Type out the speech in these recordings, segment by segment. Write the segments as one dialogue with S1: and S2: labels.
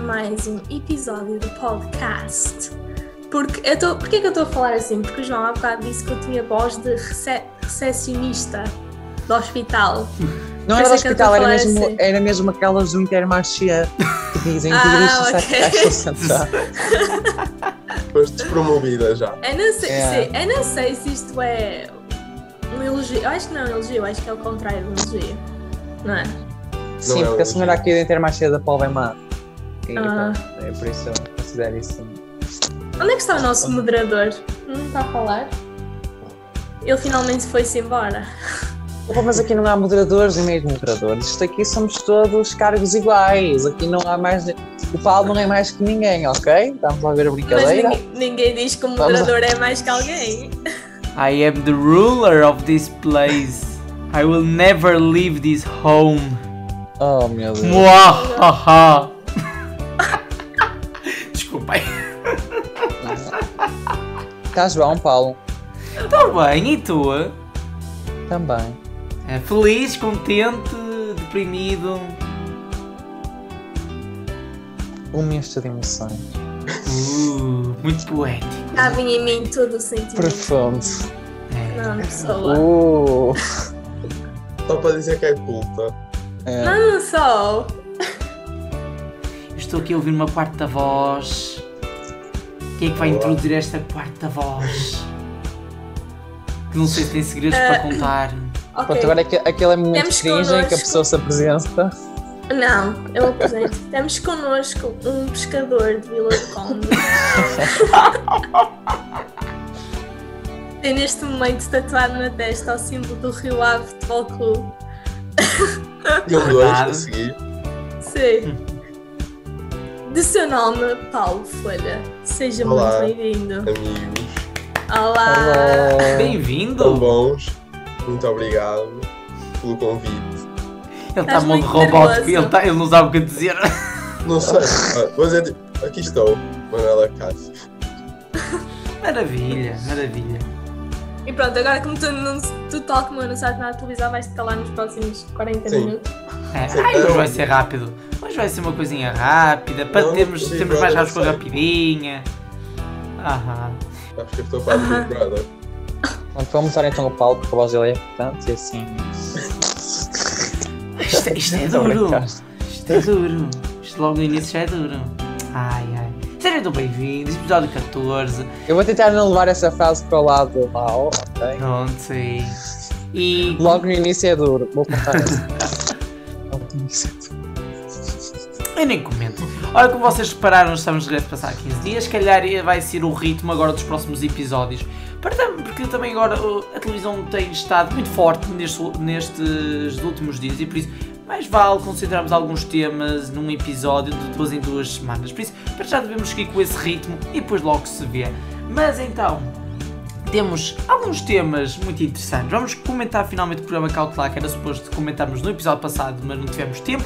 S1: mais um episódio do podcast. Porque eu tô, porquê que eu estou a falar assim? Porque o João há bocado disse que eu tinha voz de rece, recepcionista do hospital. Por
S2: Não era do
S1: isso é que eu
S2: hospital,
S1: tô
S2: era
S1: a falar
S2: mesmo,
S1: assim.
S2: era mesmo aquelas do Intermarché que dizem que
S1: Ah,
S2: dirigem-se a
S1: ok.
S2: Caixa Central.
S3: Foste despromovida já.
S1: Eu não sei,
S2: É.
S1: se, eu não sei se isto é um elogio. Eu acho que não é um elogio, eu acho que é o contrário de um elogio. Não é?
S2: Sim,
S3: é
S2: porque a senhora aqui do Intermarché da Paula é má. E,
S1: Ah.
S2: pronto, é por isso eu considero isso. um-
S1: Onde é que está o nosso moderador? Não está a falar? Ele finalmente foi-se embora.
S2: Opa, mas aqui não há moderadores e mesmo moderadores. Isto aqui somos todos cargos iguais. Aqui não há mais. O Paulo não é mais que ninguém, ok? Estamos a ver a
S1: Mas
S2: brincadeira.
S1: ninguém, ninguém diz que o
S2: lá.
S1: moderador é mais que alguém.
S4: I am the ruler of this place. I will never leave this home.
S2: Oh meu Deus.
S4: Muahaha. Desculpa.
S2: Estás bom, Paulo?
S4: Estou Tá bem, e tu?
S2: Também.
S4: É, Feliz, contente, deprimido.
S2: Um misto de emoções.
S4: Uh, muito poético.
S1: Está a vir Tá em mim todo o sentimento
S2: Profundo.
S4: É.
S1: da pessoa.
S2: Uh,
S3: Só para dizer que é culta.
S2: é.
S1: Não, não sou.
S4: Estou aqui a ouvir uma parte da voz. Quem é que vai
S3: Boa.
S4: introduzir esta parte da voz? Que não sei se tem segredos para contar.
S2: Pronto,
S1: Ok.
S2: agora aque- aquele é momento
S1: Temos
S2: cringe em que a
S1: connosco-
S2: pessoa se apresenta.
S1: Não, eu apresento. Temos connosco um pescador de Vila do Conde. Tem neste momento tatuado na testa o símbolo do Rio Ave Futebol Clube.
S3: E um dois
S4: Verdade.
S3: a seguir.
S1: Sim. De seu nome, Paulo Folha. Seja
S3: Olá.
S1: muito bem-vindo.
S3: Amigos,
S1: Olá.
S2: É.
S3: tão
S4: Bem-vindo!
S3: bons. Muito obrigado pelo convite.
S4: Ele está
S1: Estás
S4: mão de
S1: muito
S4: robótico,
S1: nervoso.
S4: ele, tá- ele não sabe o que dizer.
S3: Não sei, olha, vou dizer tipo, aqui estou, Manuela Cássio.
S4: Maravilha, maravilha.
S1: E pronto, agora como tu, não, tu tal como eu não sabes nada de televisão, vais-te calar nos próximos 40
S3: Sim.
S1: minutos.
S4: É,
S3: Sim,
S4: ai,
S3: então-
S4: hoje vai ser rápido. Hoje vai ser uma coisinha rápida, para
S3: Não,
S4: termos,
S3: sim,
S4: termos
S3: vai,
S4: mais
S3: não
S4: rápido com a
S3: sei.
S4: rapidinha. Aham.
S3: Acho que eu estou quase Big Brother.
S2: Pronto, vamos dar então o Paulo, porque a voz dele é importante e assim.
S4: Isto, é- isto é
S2: Estou a
S4: duro.
S2: brincar.
S4: Isto é duro. Isto logo no início já é duro. Ai, ai. Sejam bem-vindos, episódio 14.
S2: Eu vou tentar não levar essa frase para o lado mau, ok?
S4: Pronto, sei. E
S2: Logo no início é duro, vou contar essa. Logo no início é duro.
S4: Eu nem comento. Ora, como vocês repararam, estamos de regresso passar 15 dias. Se calhar vai ser o ritmo agora dos próximos episódios. Para tam- Porque também agora uh, a televisão tem estado muito forte neste- nestes últimos dias e por isso mais vale concentrarmos alguns temas num episódio de duas em duas semanas. Por isso, para já devemos seguir com esse ritmo e depois logo se vê. Mas então, temos alguns temas muito interessantes. Vamos comentar finalmente o programa cautelar que era suposto comentarmos no episódio passado, mas não tivemos tempo.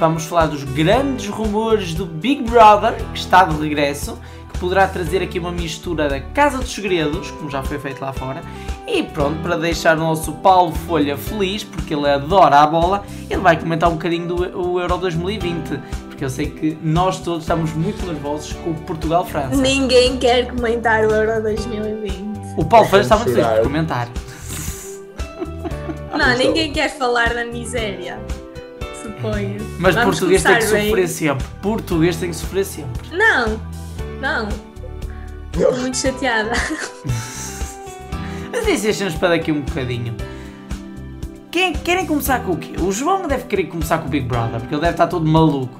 S4: Vamos falar dos grandes rumores do Big Brother, que está de regresso, que poderá trazer aqui uma mistura da Casa dos Segredos, como já foi feito lá fora. E pronto, para deixar o nosso Paulo Folha feliz, porque ele adora a bola, ele vai comentar um bocadinho do o Euro 2020, porque eu sei que nós todos estamos muito nervosos com o Portugal-França.
S1: Ninguém quer comentar o Euro 2020.
S4: O Paulo Folha está muito
S3: Vamos
S4: feliz por
S3: chorar.
S4: comentar. Ah,
S1: Não,
S3: Mas,
S1: ninguém quer falar da miséria. Suponho.
S4: Mas
S1: Vamos
S4: português tem que
S1: começar bem.
S4: sofrer sempre. Português tem que sofrer sempre.
S1: Não, não. Estou muito chateada.
S4: Mas isso deixamos para daqui um bocadinho. Quem, querem começar com o quê? O João deve querer começar com o Big Brother, porque ele deve estar todo maluco.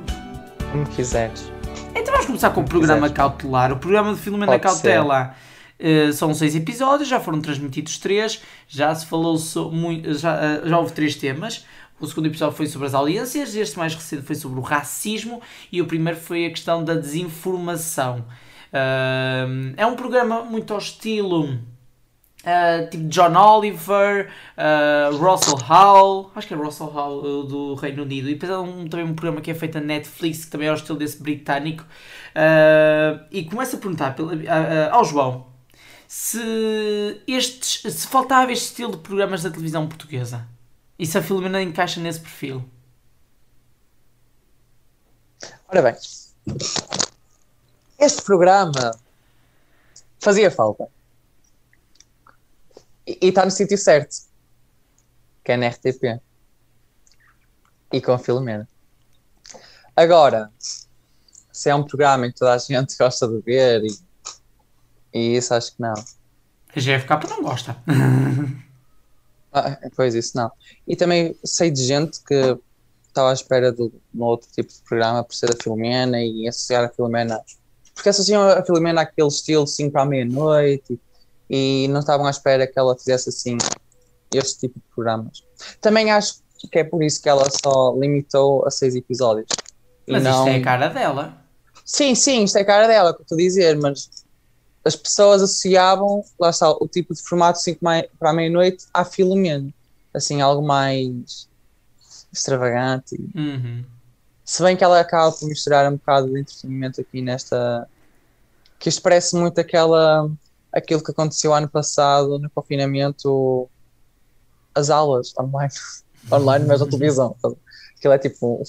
S2: Como quiseres.
S4: Então vamos começar com o programa
S2: quiseres.
S4: cautelar. O programa de Filomena
S2: Pode
S4: Cautela. eh, são seis episódios, já foram transmitidos três, já se falou so- muito, já, eh, já houve três temas. O segundo episódio foi sobre as audiências, este mais recente foi sobre o racismo e o primeiro foi a questão da desinformação. Ahm, é um programa muito ao estilo ah, tipo John Oliver, ah, Russell Hall, acho que é Russell Hall ah, do Reino Unido, e depois há um, também um programa que é feito na Netflix, que também é ao estilo desse britânico, Ah, e começa a perguntar pela- ah, ah, ao João se, estes, se faltava este estilo de programas da televisão portuguesa e se a Filomena encaixa nesse perfil.
S2: Ora bem, Este programa fazia falta. E está no sítio certo. Que é na RTP. E com a Filomena. Agora, se é um programa em que toda a gente gosta de ver e, e isso acho que não.
S4: A GFK não gosta.
S2: Ah, pois isso não. E também sei de gente que estava à espera de um outro tipo de programa por ser da Filomena e associar a Filomena. Porque associam a Filomena àquele estilo 5 para a meia-noite e, e não estavam à espera que ela fizesse assim este tipo de programas. Também acho que é por isso que ela só limitou a seis episódios. E
S4: Mas
S2: não...
S4: isto é a cara dela.
S2: Sim, sim, isto é a cara dela, é o que eu estou a dizer, mas as pessoas associavam, lá está, o tipo de formato 5 para a meia-noite à Filomena. Assim, algo mais extravagante.
S4: Uhum.
S2: Se bem que ela acaba por misturar um bocado de entretenimento aqui nesta. que isto parece muito aquela. aquilo que aconteceu ano passado no confinamento. as aulas online. online, mas na televisão. Aquilo é tipo.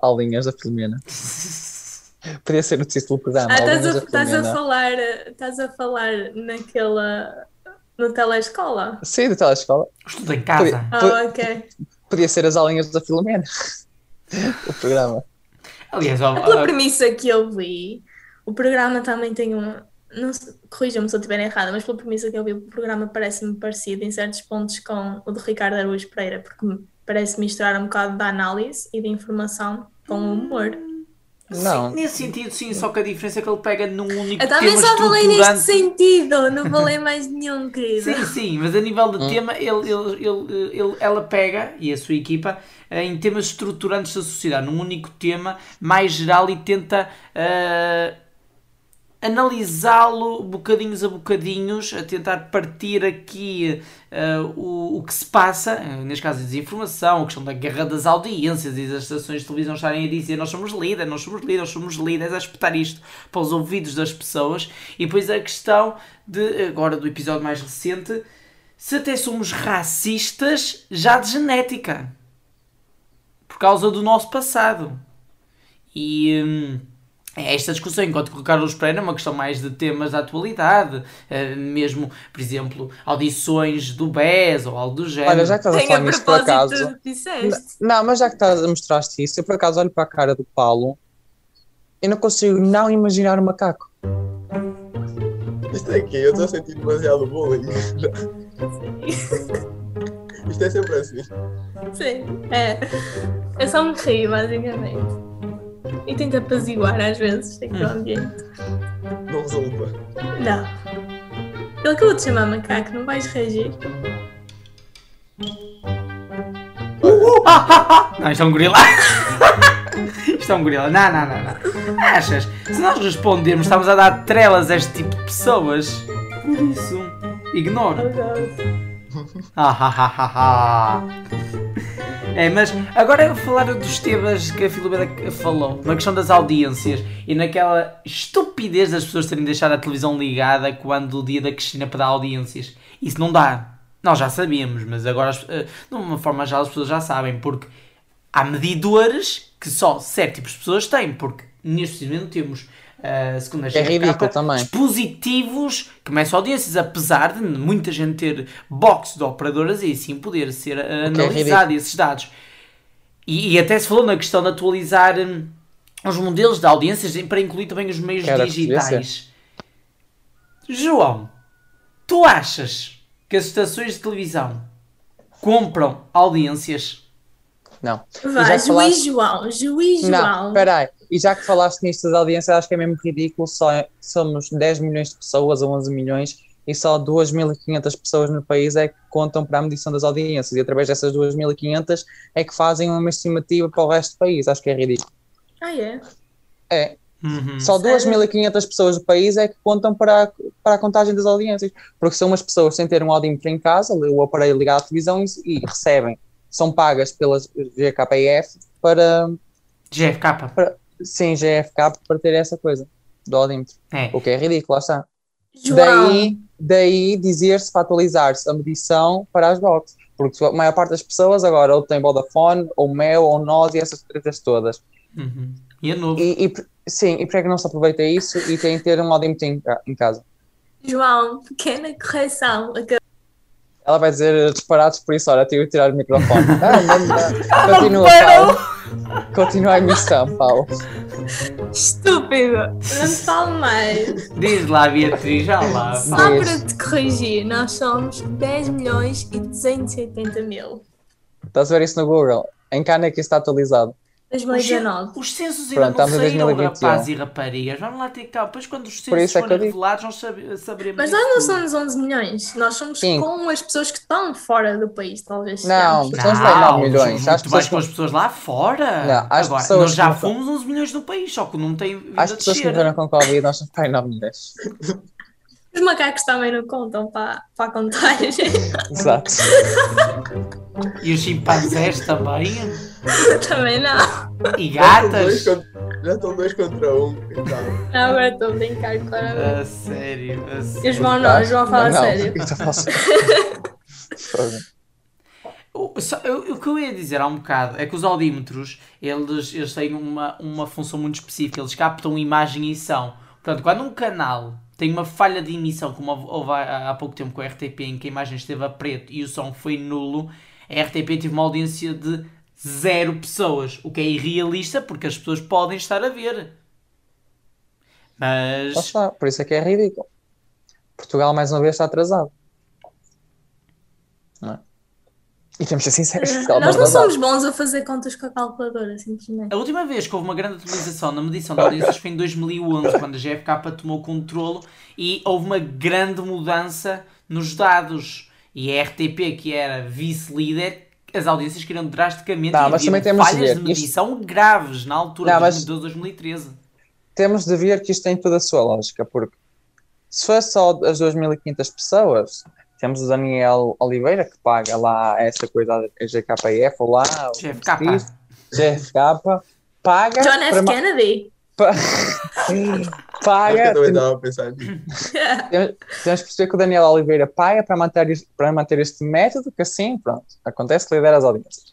S2: aulinhas da Filomena. Podia ser o título do programa.
S1: Ah, estás,
S2: aulinhas
S1: a,
S2: da
S1: estás a
S2: Filomena.
S1: falar, estás a falar naquela. no telescola?
S2: Sim, de telescola.
S4: Estuda em casa.
S1: Ah, ok.
S2: Podia ser as aulinhas da Filomena. o programa.
S4: Aliás, ó,
S1: É
S2: Ah,
S1: Pela
S4: ó,
S1: premissa que eu vi, o programa também tem um. Não sei- Corrijam-me se eu estiver errada, mas pela premissa que eu vi, o programa parece-me parecido em certos pontos com o do Ricardo Araújo Pereira, porque me parece misturar um bocado da análise e da informação com o humor.
S2: Não.
S4: Sim, nesse sentido, sim, só que a diferença é que ele pega num único
S1: Eu também
S4: tema
S1: só falei neste
S4: estruturante.
S1: sentido, não falei mais nenhum, querido.
S4: Sim, sim, mas a nível de tema, ele, ele, ele, ele- ela pega, e a sua equipa, eh, em temas estruturantes da sociedade, num único tema mais geral e tenta eh, analisá-lo bocadinhos a bocadinhos, a tentar partir aqui eh, o, o que se passa, eh, neste caso a desinformação, a questão da guerra das audiências e das estações de televisão estarem a dizer nós somos líderes, nós somos líderes, nós somos líderes, a espetar isto para os ouvidos das pessoas e depois a questão de, agora do episódio mais recente, se até somos racistas já de genética por causa do nosso passado. E hum, esta discussão, enquanto que o Carlos Pereira é uma questão mais de temas da atualidade, eh, mesmo, por exemplo, audições do BES ou algo do género.
S2: Olha, já que estás a
S1: Tenho
S2: falar
S1: a
S2: nisso por acaso.
S1: propósito, disseste.
S2: Não, mas já que estás a mostraste isso, eu por acaso olho para a cara do Paulo e não consigo não imaginar um macaco.
S3: Isto aqui, eu estou sentindo demasiado bullying. Isto é sempre assim.
S1: Sim, é. Eu só me rio, basicamente. E tento apaziguar às vezes aquele
S4: Hum.
S1: ambiente.
S3: Não resulta.
S1: Não. Ele é acabou de chamar macaco, não vais reagir?
S3: Olha,
S4: Não, isto é um gorila. isto é um gorila. Não, não, não, não. Achas? Se nós respondermos, estamos a dar trelas a este tipo de pessoas. Por isso, ignoro.
S1: Oh, God.
S4: Ah, ah, ah, ah, ah. É, mas agora a falar dos temas que a Filomena falou, na questão das audiências e naquela estupidez das pessoas terem deixado a televisão ligada quando o dia da Cristina para dar audiências. Isso não dá. Nós já sabíamos, mas agora, as- eh, de uma forma geral, as pessoas já sabem, porque há medidores que só certos tipos de pessoas têm, porque neste momento temos, eh, segundo a
S2: É ridículo também.
S4: dispositivos que meçam audiências, apesar de muita gente ter box de operadoras e assim poder ser eh,
S2: é
S4: analisado esses dados. E, e até se falou na questão de atualizar hum, os modelos de audiências para incluir também os meios
S2: Era o que devia
S4: digitais. João, tu achas que as estações de televisão compram audiências?
S2: Não. E já
S1: Vá,
S2: que falaste-
S1: juiz João, juiz
S2: Não,
S1: João.
S2: peraí. E já que falaste nisto da audiência, acho que é mesmo ridículo. Só somos 10 milhões de pessoas ou 11 milhões e só 2.500 pessoas no país é que contam para a medição das audiências. E através dessas 2.500 é que fazem uma estimativa para o resto do país. Acho que é ridículo.
S1: Ah, é?
S2: É.
S4: Uhum.
S2: Só 2.500 pessoas do país é que contam para a, para a contagem das audiências. Porque são umas pessoas sem ter um audímetro em casa, o aparelho ligado à televisão e, e recebem. São pagas pela GKF para.
S4: GFK.
S2: Sim, GFK para ter essa coisa do audímetro.
S4: É.
S2: O que é ridículo, lá está.
S1: João.
S2: Daí, daí dizer-se para atualizar-se a medição para as boxes. Porque a maior parte das pessoas agora ou tem Vodafone, ou Mel, ou nós e essas tretas todas.
S4: Uhum. E é novo.
S2: E, e, sim, e para que não se aproveita isso e tem que ter um áudio muito em, ca- em casa.
S1: João, pequena correção. Acabei
S2: Ela vai dizer disparados por isso, olha, tive de tirar o microfone. Ah, não, não. Continua,
S4: parou.
S2: Paulo. Continua a missão, Paulo.
S1: Estúpido! Não te falo mais.
S4: Diz lá, Beatriz, já lá.
S1: Só
S4: pá.
S1: para te corrigir, nós somos 10 milhões e 280 mil.
S2: Estás a ver isso no Google? Em Cana é que isso está atualizado. é.
S1: 2019.
S4: Os censos
S2: Pronto,
S4: ainda não
S2: estamos em
S4: saíram,
S2: 2021.
S4: rapazes e raparigas. Vamos lá ter que tal. Depois, quando os
S2: Por
S4: censos
S2: isso é que
S4: forem
S2: eu digo.
S4: revelados, nós sabe- saberemos.
S1: Mas nós não
S4: isso tudo.
S1: somos 11 milhões, nós somos
S2: Sim.
S1: com as pessoas que estão fora do país, talvez.
S2: Não.
S1: sejamos.
S2: Nós somos lá nove
S4: somos
S2: milhões.
S4: muito
S2: Há as
S4: mais
S2: pessoas
S4: com as pessoas lá fora.
S2: Não, há as
S4: Agora,
S2: pessoas
S4: nós
S2: que
S4: já
S2: não-
S4: fomos 11 milhões no país, só que o número tem vindo
S2: As
S4: a
S2: pessoas que
S4: descer.
S2: morreram com Covid, nós estamos para aí 9 milhões.
S1: Os macacos também não contam para, para a contagem.
S2: Exato.
S4: E os chimpanzés também.
S1: também não.
S4: E
S3: Já estão dois
S4: gatas.
S3: contra- Já estão dois contra um. Então,
S1: Não, agora estou a brincar, claramente.
S4: A sério, a sério.
S1: E o João não, o João fala a
S2: Tá? Não,
S1: sério.
S2: Então, posso...
S4: O, só- eu- o que eu ia dizer há um bocado é que os audímetros eles, eles têm uma, uma função muito específica, eles captam imagem e som. Portanto, quando um canal tem uma falha de emissão, como houve- houve há, há pouco tempo com a RTP, em que a imagem esteve a preto e o som foi nulo, a RTP teve uma audiência de zero pessoas, o que é irrealista porque as pessoas podem estar a ver.
S2: Lá
S4: Mas.
S2: está, por isso é que é ridículo. Portugal, mais uma vez, está atrasado. Não é? E temos de ser sinceros, Portugal
S1: Nós
S2: está
S1: não
S2: atrasado.
S1: somos bons a fazer contas com a calculadora, simplesmente.
S4: A última vez que houve uma grande atualização na medição de audiências foi em 2011, quando a GFK tomou controlo e houve uma grande mudança nos dados. E a RTP, que era vice-líder, as audiências caíram drasticamente
S2: Não,
S4: e
S2: mas
S4: havia
S2: também temos de
S4: falhas
S2: ver,
S4: de
S2: isto-
S4: medição graves na altura
S2: Não,
S4: de
S2: mas-
S4: 2012, 2013.
S2: Temos de ver que isto tem toda a sua lógica, porque se fosse só as 2.500 pessoas, temos o Daniel Oliveira que paga lá essa coisa, a GKF, ou lá, o
S4: GFK.
S2: GFK, paga
S1: John F.
S2: para ma-
S1: Kennedy.
S2: pa-
S3: acho que
S2: paga
S3: eu também estava a pensar nisso.
S2: Temos temos que perceber que o Daniel Oliveira paga para manter, is- para manter este método, que assim, pronto, acontece que lidera as audiências.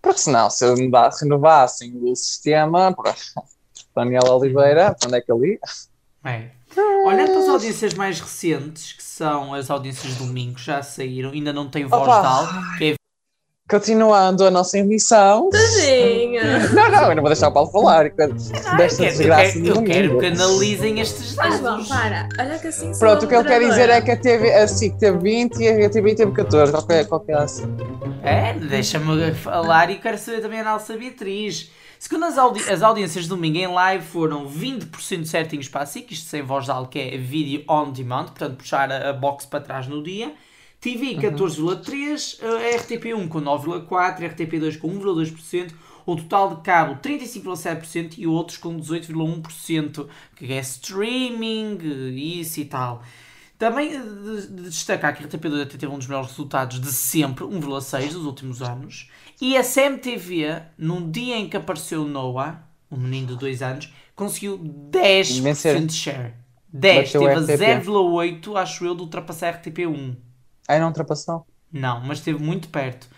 S2: Porque senão, se mudar- renovassem o sistema, pô, Daniel Oliveira, onde é que ele ia?
S4: É. Olhando para as audiências mais recentes, que são as audiências de domingo, que já saíram, ainda não tem voz
S2: Opa.
S4: tal, que é
S2: Continuando a nossa emissão.
S1: Tadinha.
S2: Não, não, eu não vou deixar o Paulo falar. que- Desta
S4: Eu
S2: desgraça
S4: quero,
S2: de
S4: eu quero
S2: domingo.
S4: que analisem estes
S1: Ah,
S4: dados.
S1: João, para. Olha que assim sou
S2: Pronto, o que ele quer
S1: moderadora.
S2: dizer é que a TV, a SIC teve 20 e a TV teve 14, qualquer, qualquer assim.
S4: É, deixa-me falar e quero saber também a nossa Beatriz. Segundo as, audi- as audiências de domingo em live foram 20% certinhos para a SIC, isto sem voz de algo que é vídeo on demand, portanto puxar a, a box para trás no dia. TV 14,3%, a RTP1 com 9,4%, a RTP2 com 1,2%, o total de cabo 35,7% e outros com 18,1%, que é streaming, isso e tal. Também eh, de, de destacar que a RTP2 até teve um dos melhores resultados de sempre, 1,6 dos últimos anos. E a CMTV, num dia em que apareceu Noah, um menino de 2 anos, conseguiu 10%
S2: Vencer.
S4: de share. 10,
S2: Bateu
S4: teve
S2: a
S4: a
S2: RTP.
S4: 0,8, acho eu, de ultrapassar a RTP1.
S2: Aí não ultrapassou.
S4: Não, mas esteve muito perto.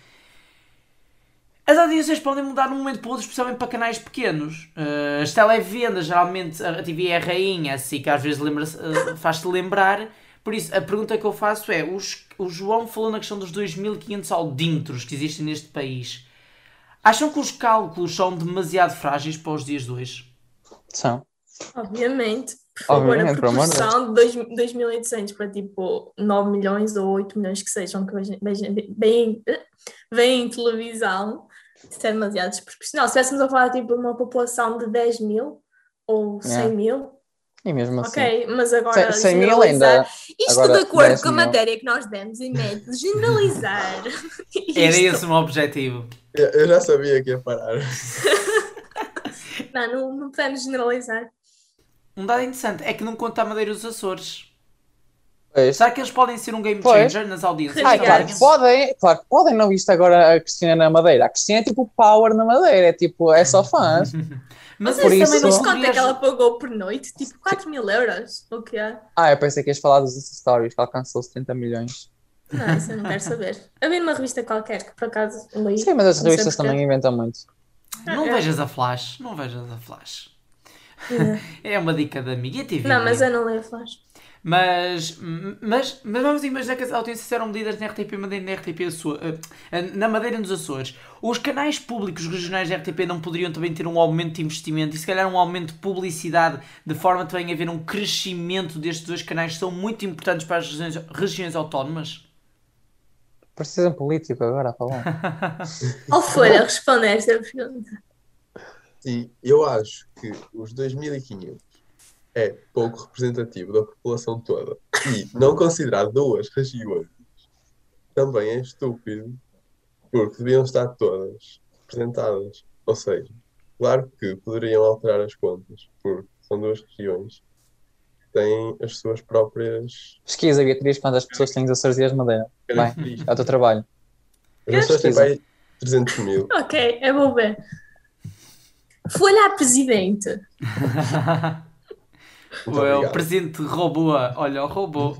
S4: As audiências podem mudar de um momento para o outro, especialmente para canais pequenos. Eh, as televendas, geralmente, a TV é a rainha, assim que às vezes lembra-se, eh, faz-te lembrar. Por isso, a pergunta que eu faço é: os- o João falou na questão dos 2.500 audímetros que existem neste país. Acham que os cálculos são demasiado frágeis para os dias de hoje?
S2: São.
S1: Obviamente. Por favor,
S2: Obviamente,
S1: a
S2: pelo amor de
S1: proporção de dois- 2.800 para tipo 9 milhões ou 8 milhões que sejam que vejam- vejam- bem- eh, veem em televisão, isso é demasiado desproporcional. Se estivéssemos a falar tipo de uma população de 10 mil ou 100
S2: Yeah.
S1: mil,
S2: E mesmo assim.
S1: ok, mas agora.
S2: 100 mil ainda.
S1: Isto
S2: Agora,
S1: de acordo
S2: 10
S1: com a
S2: mil.
S1: matéria que nós demos em método, generalizar.
S4: Era
S1: Isto-
S4: esse o meu objetivo.
S3: Eu eu já sabia que ia parar.
S1: Não, não, não podemos generalizar.
S4: Um dado interessante é que não conta a Madeira e os Açores.
S2: Pois.
S4: Será que eles podem ser um game
S2: Pois.
S4: changer nas audiências?
S2: Ah,
S1: Ai,
S2: claro que podem, claro que podem, não viste agora a Cristina na Madeira. A Cristina é tipo power na Madeira, é tipo, é só fãs.
S4: Mas
S2: Por
S4: isso
S2: isso-
S4: também
S1: Mas
S4: não
S1: conta
S4: podias...
S1: que ela pagou por noite, tipo 4 mil euros, o que é?
S2: Ah, eu pensei que ias falar dos Insta stories que alcançou 70 milhões.
S1: Não, isso eu não quero saber. Havia numa revista qualquer que por acaso li.
S2: Sim, mas as
S1: Não sei
S2: revistas
S1: porquê.
S2: também inventam muito.
S4: Não vejas a Flash, não vejas a Flash. É uma dica da amiga. E a TV?
S1: Não, mas eu não leio flash.
S4: é? Mas, mas, mas vamos imaginar que as audiências eram medidas na RTP Madeira e na RTP Aço- eh, na Madeira e nos Açores. Os canais públicos regionais da RTP não poderiam também ter um aumento de investimento e se calhar um aumento de publicidade, de forma também a haver um crescimento destes dois canais que são muito importantes para as regiões, regiões autónomas?
S2: Pareces um político agora a falar.
S1: Ou Folha, responde a esta pergunta.
S3: E eu acho que os 2.500 é pouco representativo da população toda. E não considerar duas regiões também é estúpido, porque deviam estar todas representadas. Ou seja, claro que poderiam alterar as contas, porque são duas regiões que têm as suas próprias
S2: Pesquisa, Beatriz, quantas pessoas têm 16 dias de madeira? Bem,
S3: características.
S2: é o teu trabalho.
S3: As pessoas têm
S2: pesquisa.
S3: para aí 300 mil.
S1: Ok, eu vou ver. Folha a presidente.
S3: Muito
S4: Ou é o
S3: obrigado.
S4: presente robô. Olha, o robô.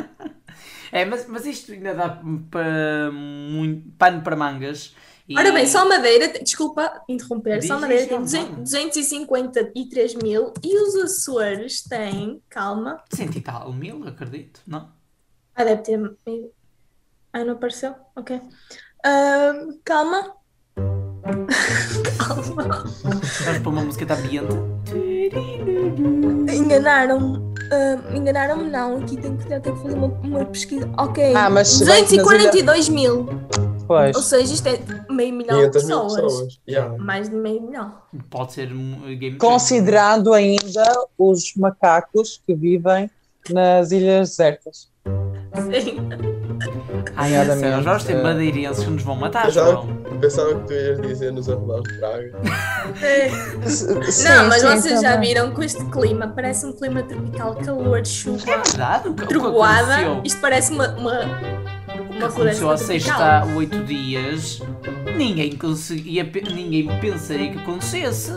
S4: é, mas, mas isto ainda dá para muito pano para mangas. E-
S1: Ora bem, só Madeira, te- desculpa interromper, só
S4: Diz
S1: Madeira
S4: isso,
S1: tem
S4: não,
S1: 200
S4: não.
S1: 253 mil e os Açores têm, calma,
S4: Cento e tal mil, acredito, não?
S1: ah, deve ter. Ah, não apareceu? Ok. Ahm, calma. calma.
S4: Vamos para uma música da ambiente.
S1: Enganaram-me. Ahm, enganaram-me, não. Aqui tenho que, tenho que fazer uma, uma pesquisa. Ok.
S2: Ah, mas se bem que nas ilhas-
S1: 242 mil.
S2: Pois.
S1: Ou seja, isto é meio milhão de
S3: 500 mil
S1: pessoas.
S3: pessoas. Yeah.
S1: Mais de meio milhão.
S4: Pode ser um uh, game
S2: Considerando ainda os macacos que vivem nas ilhas desertas.
S1: Sim.
S4: Ai, é sério,
S2: nomeadamente,
S4: nós temos
S2: eh,
S4: madeirenses que nos vão matar,
S3: Eu já-
S4: João.
S3: Pensava que tu ias dizer nos Arredores de Braga.
S1: não, mas vocês já viram com este clima. Parece um clima tropical, calor, chuva,
S4: Verdade, o que, o que
S1: trovoada.
S4: aconteceu?
S1: Isto parece uma, uma,
S4: O que
S1: uma assim. floresta
S4: aconteceu há sexta
S1: tropical.
S4: há oito dias, ninguém conseguia, pe- ninguém pensaria que acontecesse.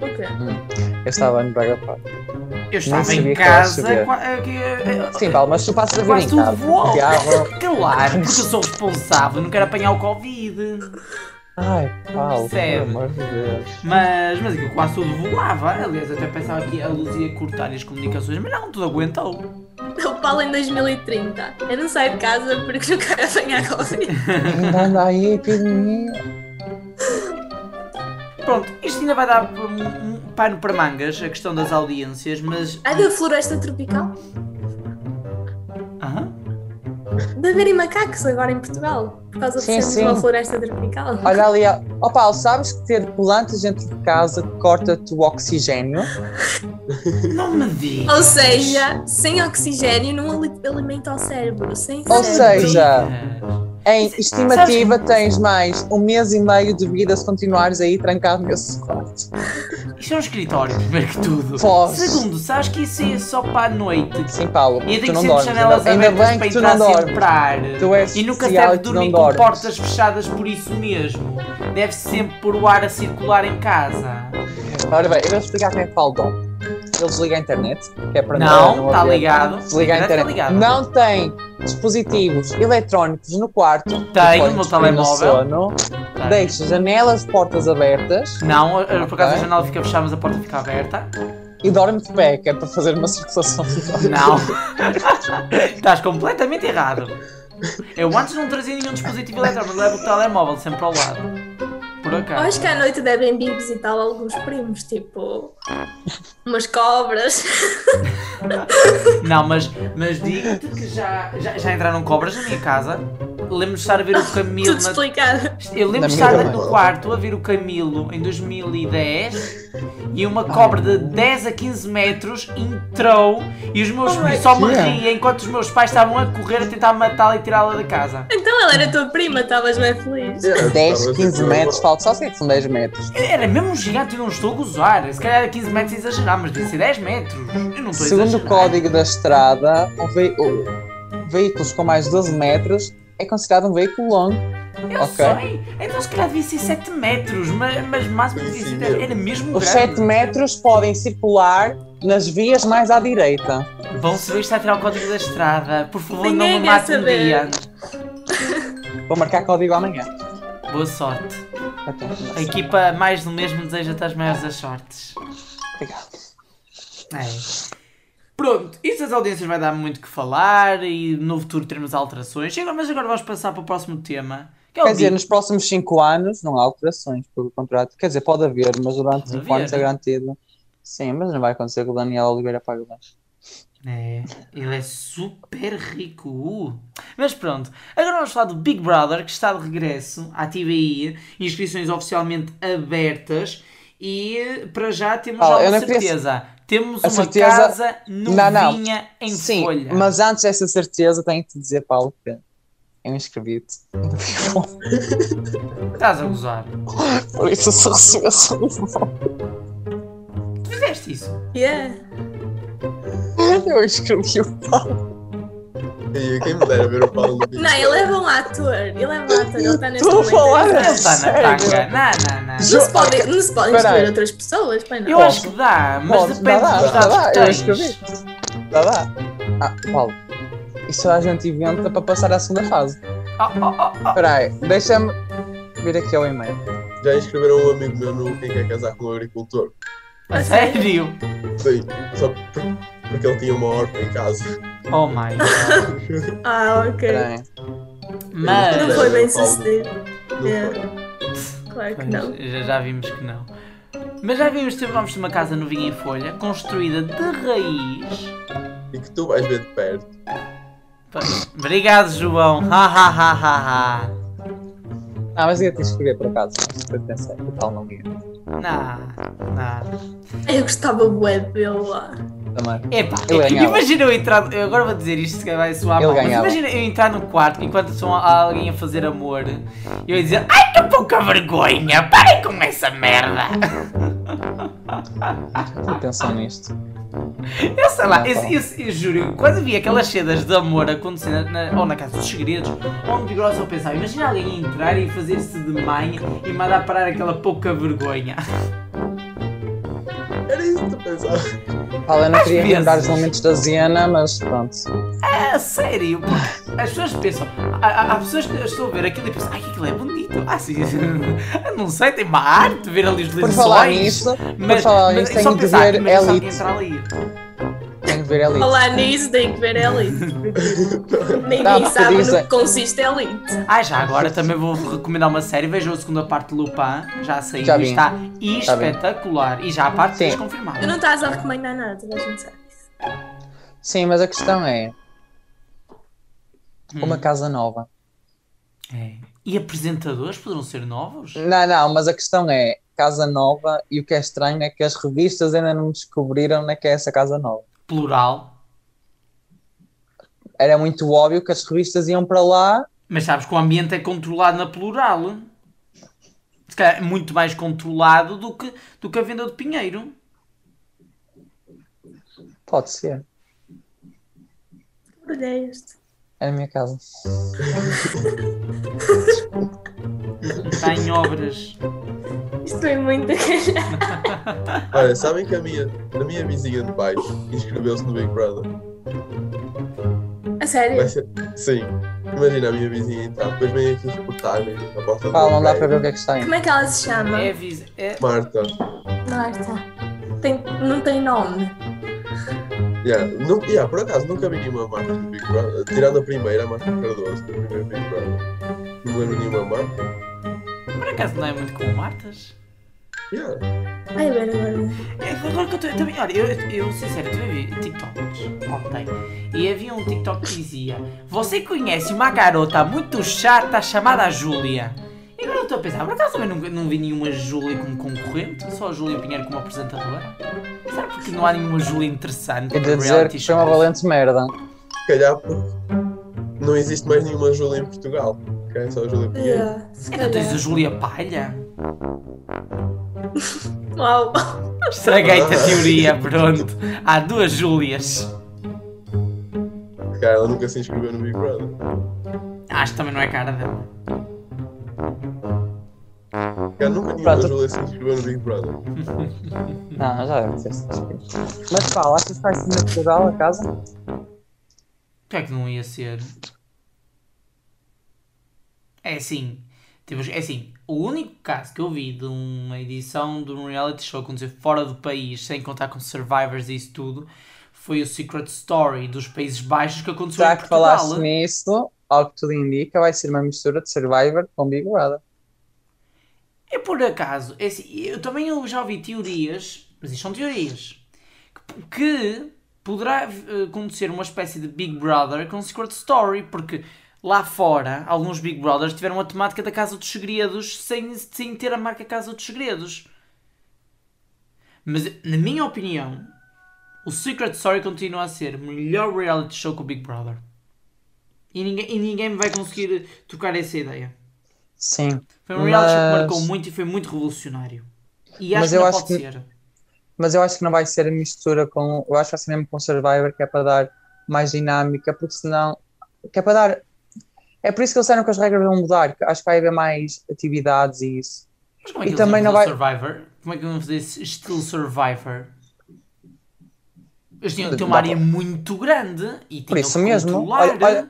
S1: Por quê?
S2: Eu estava no Braga Park.
S4: Eu estava
S2: sabia
S4: em
S2: que é. ela
S4: casa.
S2: sabia.
S4: qua- eh, que-
S1: É,
S4: eh,
S2: Sim, Paulo, mas tu passas a vida
S4: Quase
S2: em
S4: tudo
S2: casa.
S4: voa.
S2: Diabo.
S4: Claro, porque eu sou responsável, não quero apanhar o Covid.
S2: Ai, Paulo,
S4: Percebe?
S2: pelo amor de Deus.
S4: Mas, mas aquilo quase tudo voava. Aliás, eu até pensava que a luz ia cortar as comunicações, mas não, tudo aguentou.
S1: O Paulo em 2030. Eu não saio de casa porque não quero apanhar Covid.
S2: Ainda anda aí a epidemia.
S4: Pronto, isto ainda vai dar um, um pano para mangas, a questão das audiências, mas.
S1: Ai, da floresta tropical?
S4: Aham.
S1: De haverem macacos agora em Portugal. Por causa de
S2: Sim,
S1: sermos
S2: sim.
S1: uma floresta tropical.
S2: Olha ali, ó Ó, Paulo, sabes que ter plantas dentro de casa corta-te o oxigênio?
S4: Não me digas.
S1: Ou seja, sem oxigênio não ali- alimenta o cérebro. Sem
S2: Ou
S1: cérebro.
S2: seja,
S4: Digas.
S2: em estimativa tens mais um mês e meio de vida se continuares aí trancado nesse quarto.
S4: Isto é um escritório, primeiro que tudo.
S2: Foz.
S4: Segundo, sabes que isso é só para a noite.
S2: Sim, Paulo,
S4: E eu
S2: tu
S4: tenho
S2: não
S4: sempre
S2: dormes.
S4: janelas
S2: Ainda, ainda
S4: abertas
S2: bem
S4: para
S2: que tu não
S4: entrar sempre
S2: dormes.
S4: para ar.
S2: Tu és
S4: E nunca se
S2: social
S4: deve
S2: e tu
S4: dormir
S2: não
S4: com
S2: dormes.
S4: portas fechadas por isso mesmo. Deve sempre pôr o ar a circular em casa.
S2: Ora bem, eu vou explicar quem é Paulo Dom. Ele desliga a internet, que é para
S4: Não, está
S2: haver-
S4: ligado.
S2: Desliga a
S4: Está
S2: internet.
S4: ligado.
S2: Não tem dispositivos eletrónicos no quarto.
S4: Tenho o
S2: Põe-te
S4: meu
S2: no
S4: telemóvel.
S2: sono,
S4: Tenho.
S2: Deixa janelas, portas abertas
S4: Não, a- a- por acaso a
S2: Ok.
S4: janela fica fechada, mas a porta fica aberta.
S2: e dorme de pé, que é para fazer uma circulação de ar.
S4: Não. Estás completamente errado. Eu antes não trazia nenhum dispositivo eletrónico, levo o telemóvel sempre ao lado. Por acaso.
S1: Acho que à noite devem vir visitar alguns primos, tipo umas cobras.
S4: Não, mas, mas digo-te que já, já, já entraram cobras na minha casa. Lembro-me de estar a ver o Camilo
S1: Tudo
S4: na
S1: explicado.
S4: Eu lembro de
S2: Na
S4: estar
S2: minha
S4: no
S3: também.
S4: quarto a ver o Camilo em 2010 e
S2: Ah.
S4: uma cobra de 10 a 15 metros entrou e os meus
S1: Oh my
S4: filhos só me
S2: God.
S4: riam enquanto os meus pais estavam a correr a tentar matá-la e tirá-la da casa.
S1: Então ela era tua prima, estavas bem feliz.
S2: 10, 15 metros, Paulo, sabes o que é que são 10 metros?
S4: Era mesmo um gigante e não estou a gozar. Se calhar 15 metros é exagerar, mas devia ser 10 metros. Eu não estou a
S2: Segundo o
S4: exagerar.
S2: código da estrada, um vei- o- veículos com mais de 12 metros é considerado um veículo longo.
S4: Eu
S2: Ok.
S4: sei. Então se calhar devia ser 7 metros, mas, mas máximo devia ser 10. Era mesmo
S2: Os
S4: grande.
S2: 7 metros podem circular nas vias mais à direita.
S4: Bom, se eu está a tirar o código da estrada, por favor
S1: Ninguém
S4: não me
S1: quer
S4: mate um
S1: saber.
S4: dia.
S2: Vou marcar código amanhã.
S4: Boa sorte.
S2: Até
S4: A equipa mais do mesmo deseja até as maiores das sortes.
S2: Obrigado.
S4: É. Pronto, isso das audiências vai dar muito que falar e no futuro teremos alterações. Chega, mas agora vamos passar para o próximo tema. Que é o
S2: Quer dizer,
S4: Big
S2: nos próximos 5 anos não há alterações pelo contrato. Quer dizer, pode haver, mas durante
S4: Pode
S2: 5 anos é
S4: haver.
S2: garantido. Sim, mas não vai acontecer que o Daniel Oliveira pague mais.
S4: É, ele é super rico. Uh. Mas pronto, agora vamos falar do Big Brother que está de regresso à TVI, inscrições oficialmente abertas e para já temos
S2: Fala, eu
S4: alguma
S2: não queria-
S4: certeza. Temos
S2: A
S4: uma
S2: certeza-
S4: casa novinha
S2: Não, não.
S4: em
S2: Sim,
S4: folha.
S2: mas antes dessa certeza tenho que te dizer, Paulo, que eu inscrevi-te.
S4: Estás a gozar.
S2: Por isso eu só recebi essa informação.
S4: Tu fizeste isso?
S1: Yeah.
S2: Eu inscrevi o Paulo.
S3: E quem me dera ver o Paulo no vídeo.
S1: Não, ele é bom ator. Ele é bom ator. Ele está neste
S2: Estou a
S1: momento.
S2: falar.
S1: Ele
S4: Ele
S1: tá-
S2: É
S4: está na
S2: sério?
S4: tanga. Não, não, não.
S1: Não se pode, não se podem
S2: Peraí.
S1: escolher outras pessoas, pois não?
S4: Eu acho que dá, mas
S2: Pode,
S4: depende
S2: dá,
S4: dos
S2: dá,
S4: dados
S2: dá,
S4: que
S2: eu
S4: tens.
S2: inscrevi-te. Dá, dá. Ah, Paulo, isso a gente inventa para passar à segunda fase.
S4: Oh, oh, oh,
S2: Espera aí, deixa-me vir aqui ao e-mail.
S3: Já inscreveram um amigo meu no Quem Quer Casar com um Agricultor.
S4: oh. A sério?
S3: Sim, só por- porque ele tinha uma horta em casa.
S4: Oh my god.
S1: Ah, ok.
S2: Espera
S4: É.
S2: aí.
S4: Mas.
S1: Não foi bem sucedido.
S3: Não
S1: É.
S3: foi.
S1: Claro que
S4: Pois,
S1: não.
S4: Já, já vimos que não. Mas já vimos ter nomes de uma casa novinha em folha, construída de raiz.
S3: E que tu vais ver de perto.
S4: Pois, Obrigado, João. Ha ha ha ha ha.
S2: Ah, mas ia te escrever por acaso. Eu pensei, que tal não ia.
S4: Não, não.
S1: Eu gostava bué dele lá.
S2: Também.
S4: Epá, é,
S2: Ele ganhava.
S4: imagina eu entrar. Eu agora vou dizer isto, se calhar vai soar
S2: Ele
S4: mal. Mas
S2: ganhava.
S4: imagina eu entrar no quarto enquanto estão a- alguém a fazer amor. E eu ia dizer: Ai que pouca vergonha, parem com essa merda.
S2: Eu pensei nisto.
S4: Eu sei lá, eu, eu, eu juro, quando vi aquelas cenas de amor acontecendo na- ou na Casa dos Segredos, ou no Big Brother, eu pensava, imagina alguém entrar e fazer-se de mãe e mandar parar aquela pouca vergonha.
S3: Era isso que tu pensavas.
S2: Fala, eu não
S4: Às
S2: queria
S4: vezes.
S2: lembrar os momentos da Ziana, mas pronto.
S4: É sério, pô. as pessoas pensam, há, há- há pessoas que eu estou a ver aquilo e pensam, ai aquilo é bonito, ah sim, eu não sei, tem uma arte ver ali os
S2: Por falar
S4: lençóis.
S2: nisso,
S4: Mas,
S2: falar nisso,
S4: só
S2: tenho de
S4: pensar,
S2: ver
S4: imagina só alguém
S2: Elite.
S4: entrar ali.
S2: tenho que ver ali.
S1: Olá, nisso tem que ver Elite. Ninguém
S2: Tá, porque
S1: sabe no
S2: dizem-
S1: que consiste Elite.
S4: Ah, já agora também vou recomendar uma série. Vejam a segunda parte de Lupin, já saiu
S2: Já
S4: e
S2: vi.
S4: está
S2: Já vi.
S4: espetacular. E já a parte
S2: Sim.
S4: 3 confirmada.
S1: Tu não estás a recomendar nada, toda a gente sabe.
S2: Sim, mas a questão é uma
S4: Hum.
S2: casa nova.
S4: É. E apresentadores poderão ser novos?
S2: Não, não, mas a questão é casa nova e o que é estranho é que as revistas ainda não descobriram onde é que é essa casa nova.
S4: Plural.
S2: Era muito óbvio que as revistas iam para lá.
S4: Mas sabes que o ambiente é controlado na plural. Se calhar é muito mais controlado do que, do que a venda de Pinheiro.
S2: Pode ser.
S1: Olha este.
S2: É a minha casa.
S4: Está em obras.
S1: Isto foi muito calhar.
S3: Olha, sabem que a minha, a minha vizinha de baixo inscreveu-se no Big Brother.
S1: A
S3: Vai
S1: sério?
S3: ser... Sim. Imagina a minha vizinha entrar. Depois vem aqui reportagem na porta do
S2: Fala, não dá
S3: prédio.
S2: para ver o que é que está aí.
S1: Como é que ela se chama?
S4: É, avisa- é-
S3: Marta.
S1: Marta. Tem, não tem nome.
S3: Yeah. Nu- yeah, por acaso, nunca vi nenhuma marca do Big Brother. Tirando a primeira, a Marta Cardoso, do primeiro Big Brother. Não lembro nenhuma marca.
S4: por acaso não é muito como Martas?
S3: Yeah.
S1: Ai, agora, agora.
S4: É, Agora que eu estou. eu Também, olha, eu, eu sincero, eu também vi TikToks ontem e havia um TikTok que dizia: Você conhece uma garota muito chata chamada Júlia? E agora eu estou a pensar: por acaso também não, não vi nenhuma Júlia como concorrente? Só a Júlia Pinheiro como apresentadora? Será porque não há nenhuma Júlia interessante?
S2: Eu de
S4: para
S2: dizer
S4: reality
S2: que foi uma
S4: shows?
S2: valente merda.
S3: Se calhar porque não existe mais nenhuma Júlia em Portugal. Ok? Só a Júlia Pinheiro.
S1: Yeah, se
S4: É. Então tens a
S1: calhar.
S4: Júlia Palha?
S1: Uau.
S4: Estraguei-te a teoria, pronto. Há duas Júlias.
S3: Se calhar ela nunca se inscreveu no Big Brother.
S4: Acho que também não é cara dela.
S3: Se calhar nunca nenhuma
S2: Pronto.
S3: Júlia se inscreveu no Big Brother.
S2: Não, já deve ter Mas fala, achas que vai ser na Portugal a casa?
S4: Porquê é que não ia ser? É assim, Tipo, é assim, o único caso que eu vi de uma edição de um reality show acontecer fora do país, sem contar com survivors e isso tudo, foi o Secret Story dos Países Baixos que aconteceu
S2: Já
S4: em
S2: Tá que
S4: Portugal.
S2: falaste nisso, ao que tudo indica, vai ser uma mistura de Survivor com Big Brother.
S4: É por acaso, é assim, eu também eu já ouvi teorias, mas isto são teorias, que, que poderá eh, acontecer uma espécie de Big Brother com Secret Story, porque lá fora alguns Big Brothers tiveram a temática da Casa dos Segredos sem, sem ter a marca Casa dos Segredos. Mas, na minha opinião, o Secret Story continua a ser o melhor reality show que o Big Brother. E ninguém, e ninguém me vai conseguir trocar essa ideia.
S2: Sim.
S4: Foi um reality show que
S2: Mas-
S4: marcou muito e foi muito revolucionário. E acho
S2: Mas
S4: que
S2: eu
S4: não
S2: acho
S4: pode
S2: que-
S4: ser.
S2: Mas eu acho que não vai ser a mistura com. Eu acho que vai ser mesmo com Survivor, que é para dar mais dinâmica, porque senão. Que é para dar. É por isso que eles disseram que as regras vão mudar, que acho que vai haver mais atividades e isso.
S4: Mas como é
S2: E
S4: que eles
S2: também não
S4: iam fazer Survivor? Como é que iam fazer esse estilo Survivor? Eles tinham que ter uma
S2: Dá
S4: área muito grande e tinham
S2: Por isso
S4: que
S2: mesmo.
S4: controlar.
S2: Olha- olha-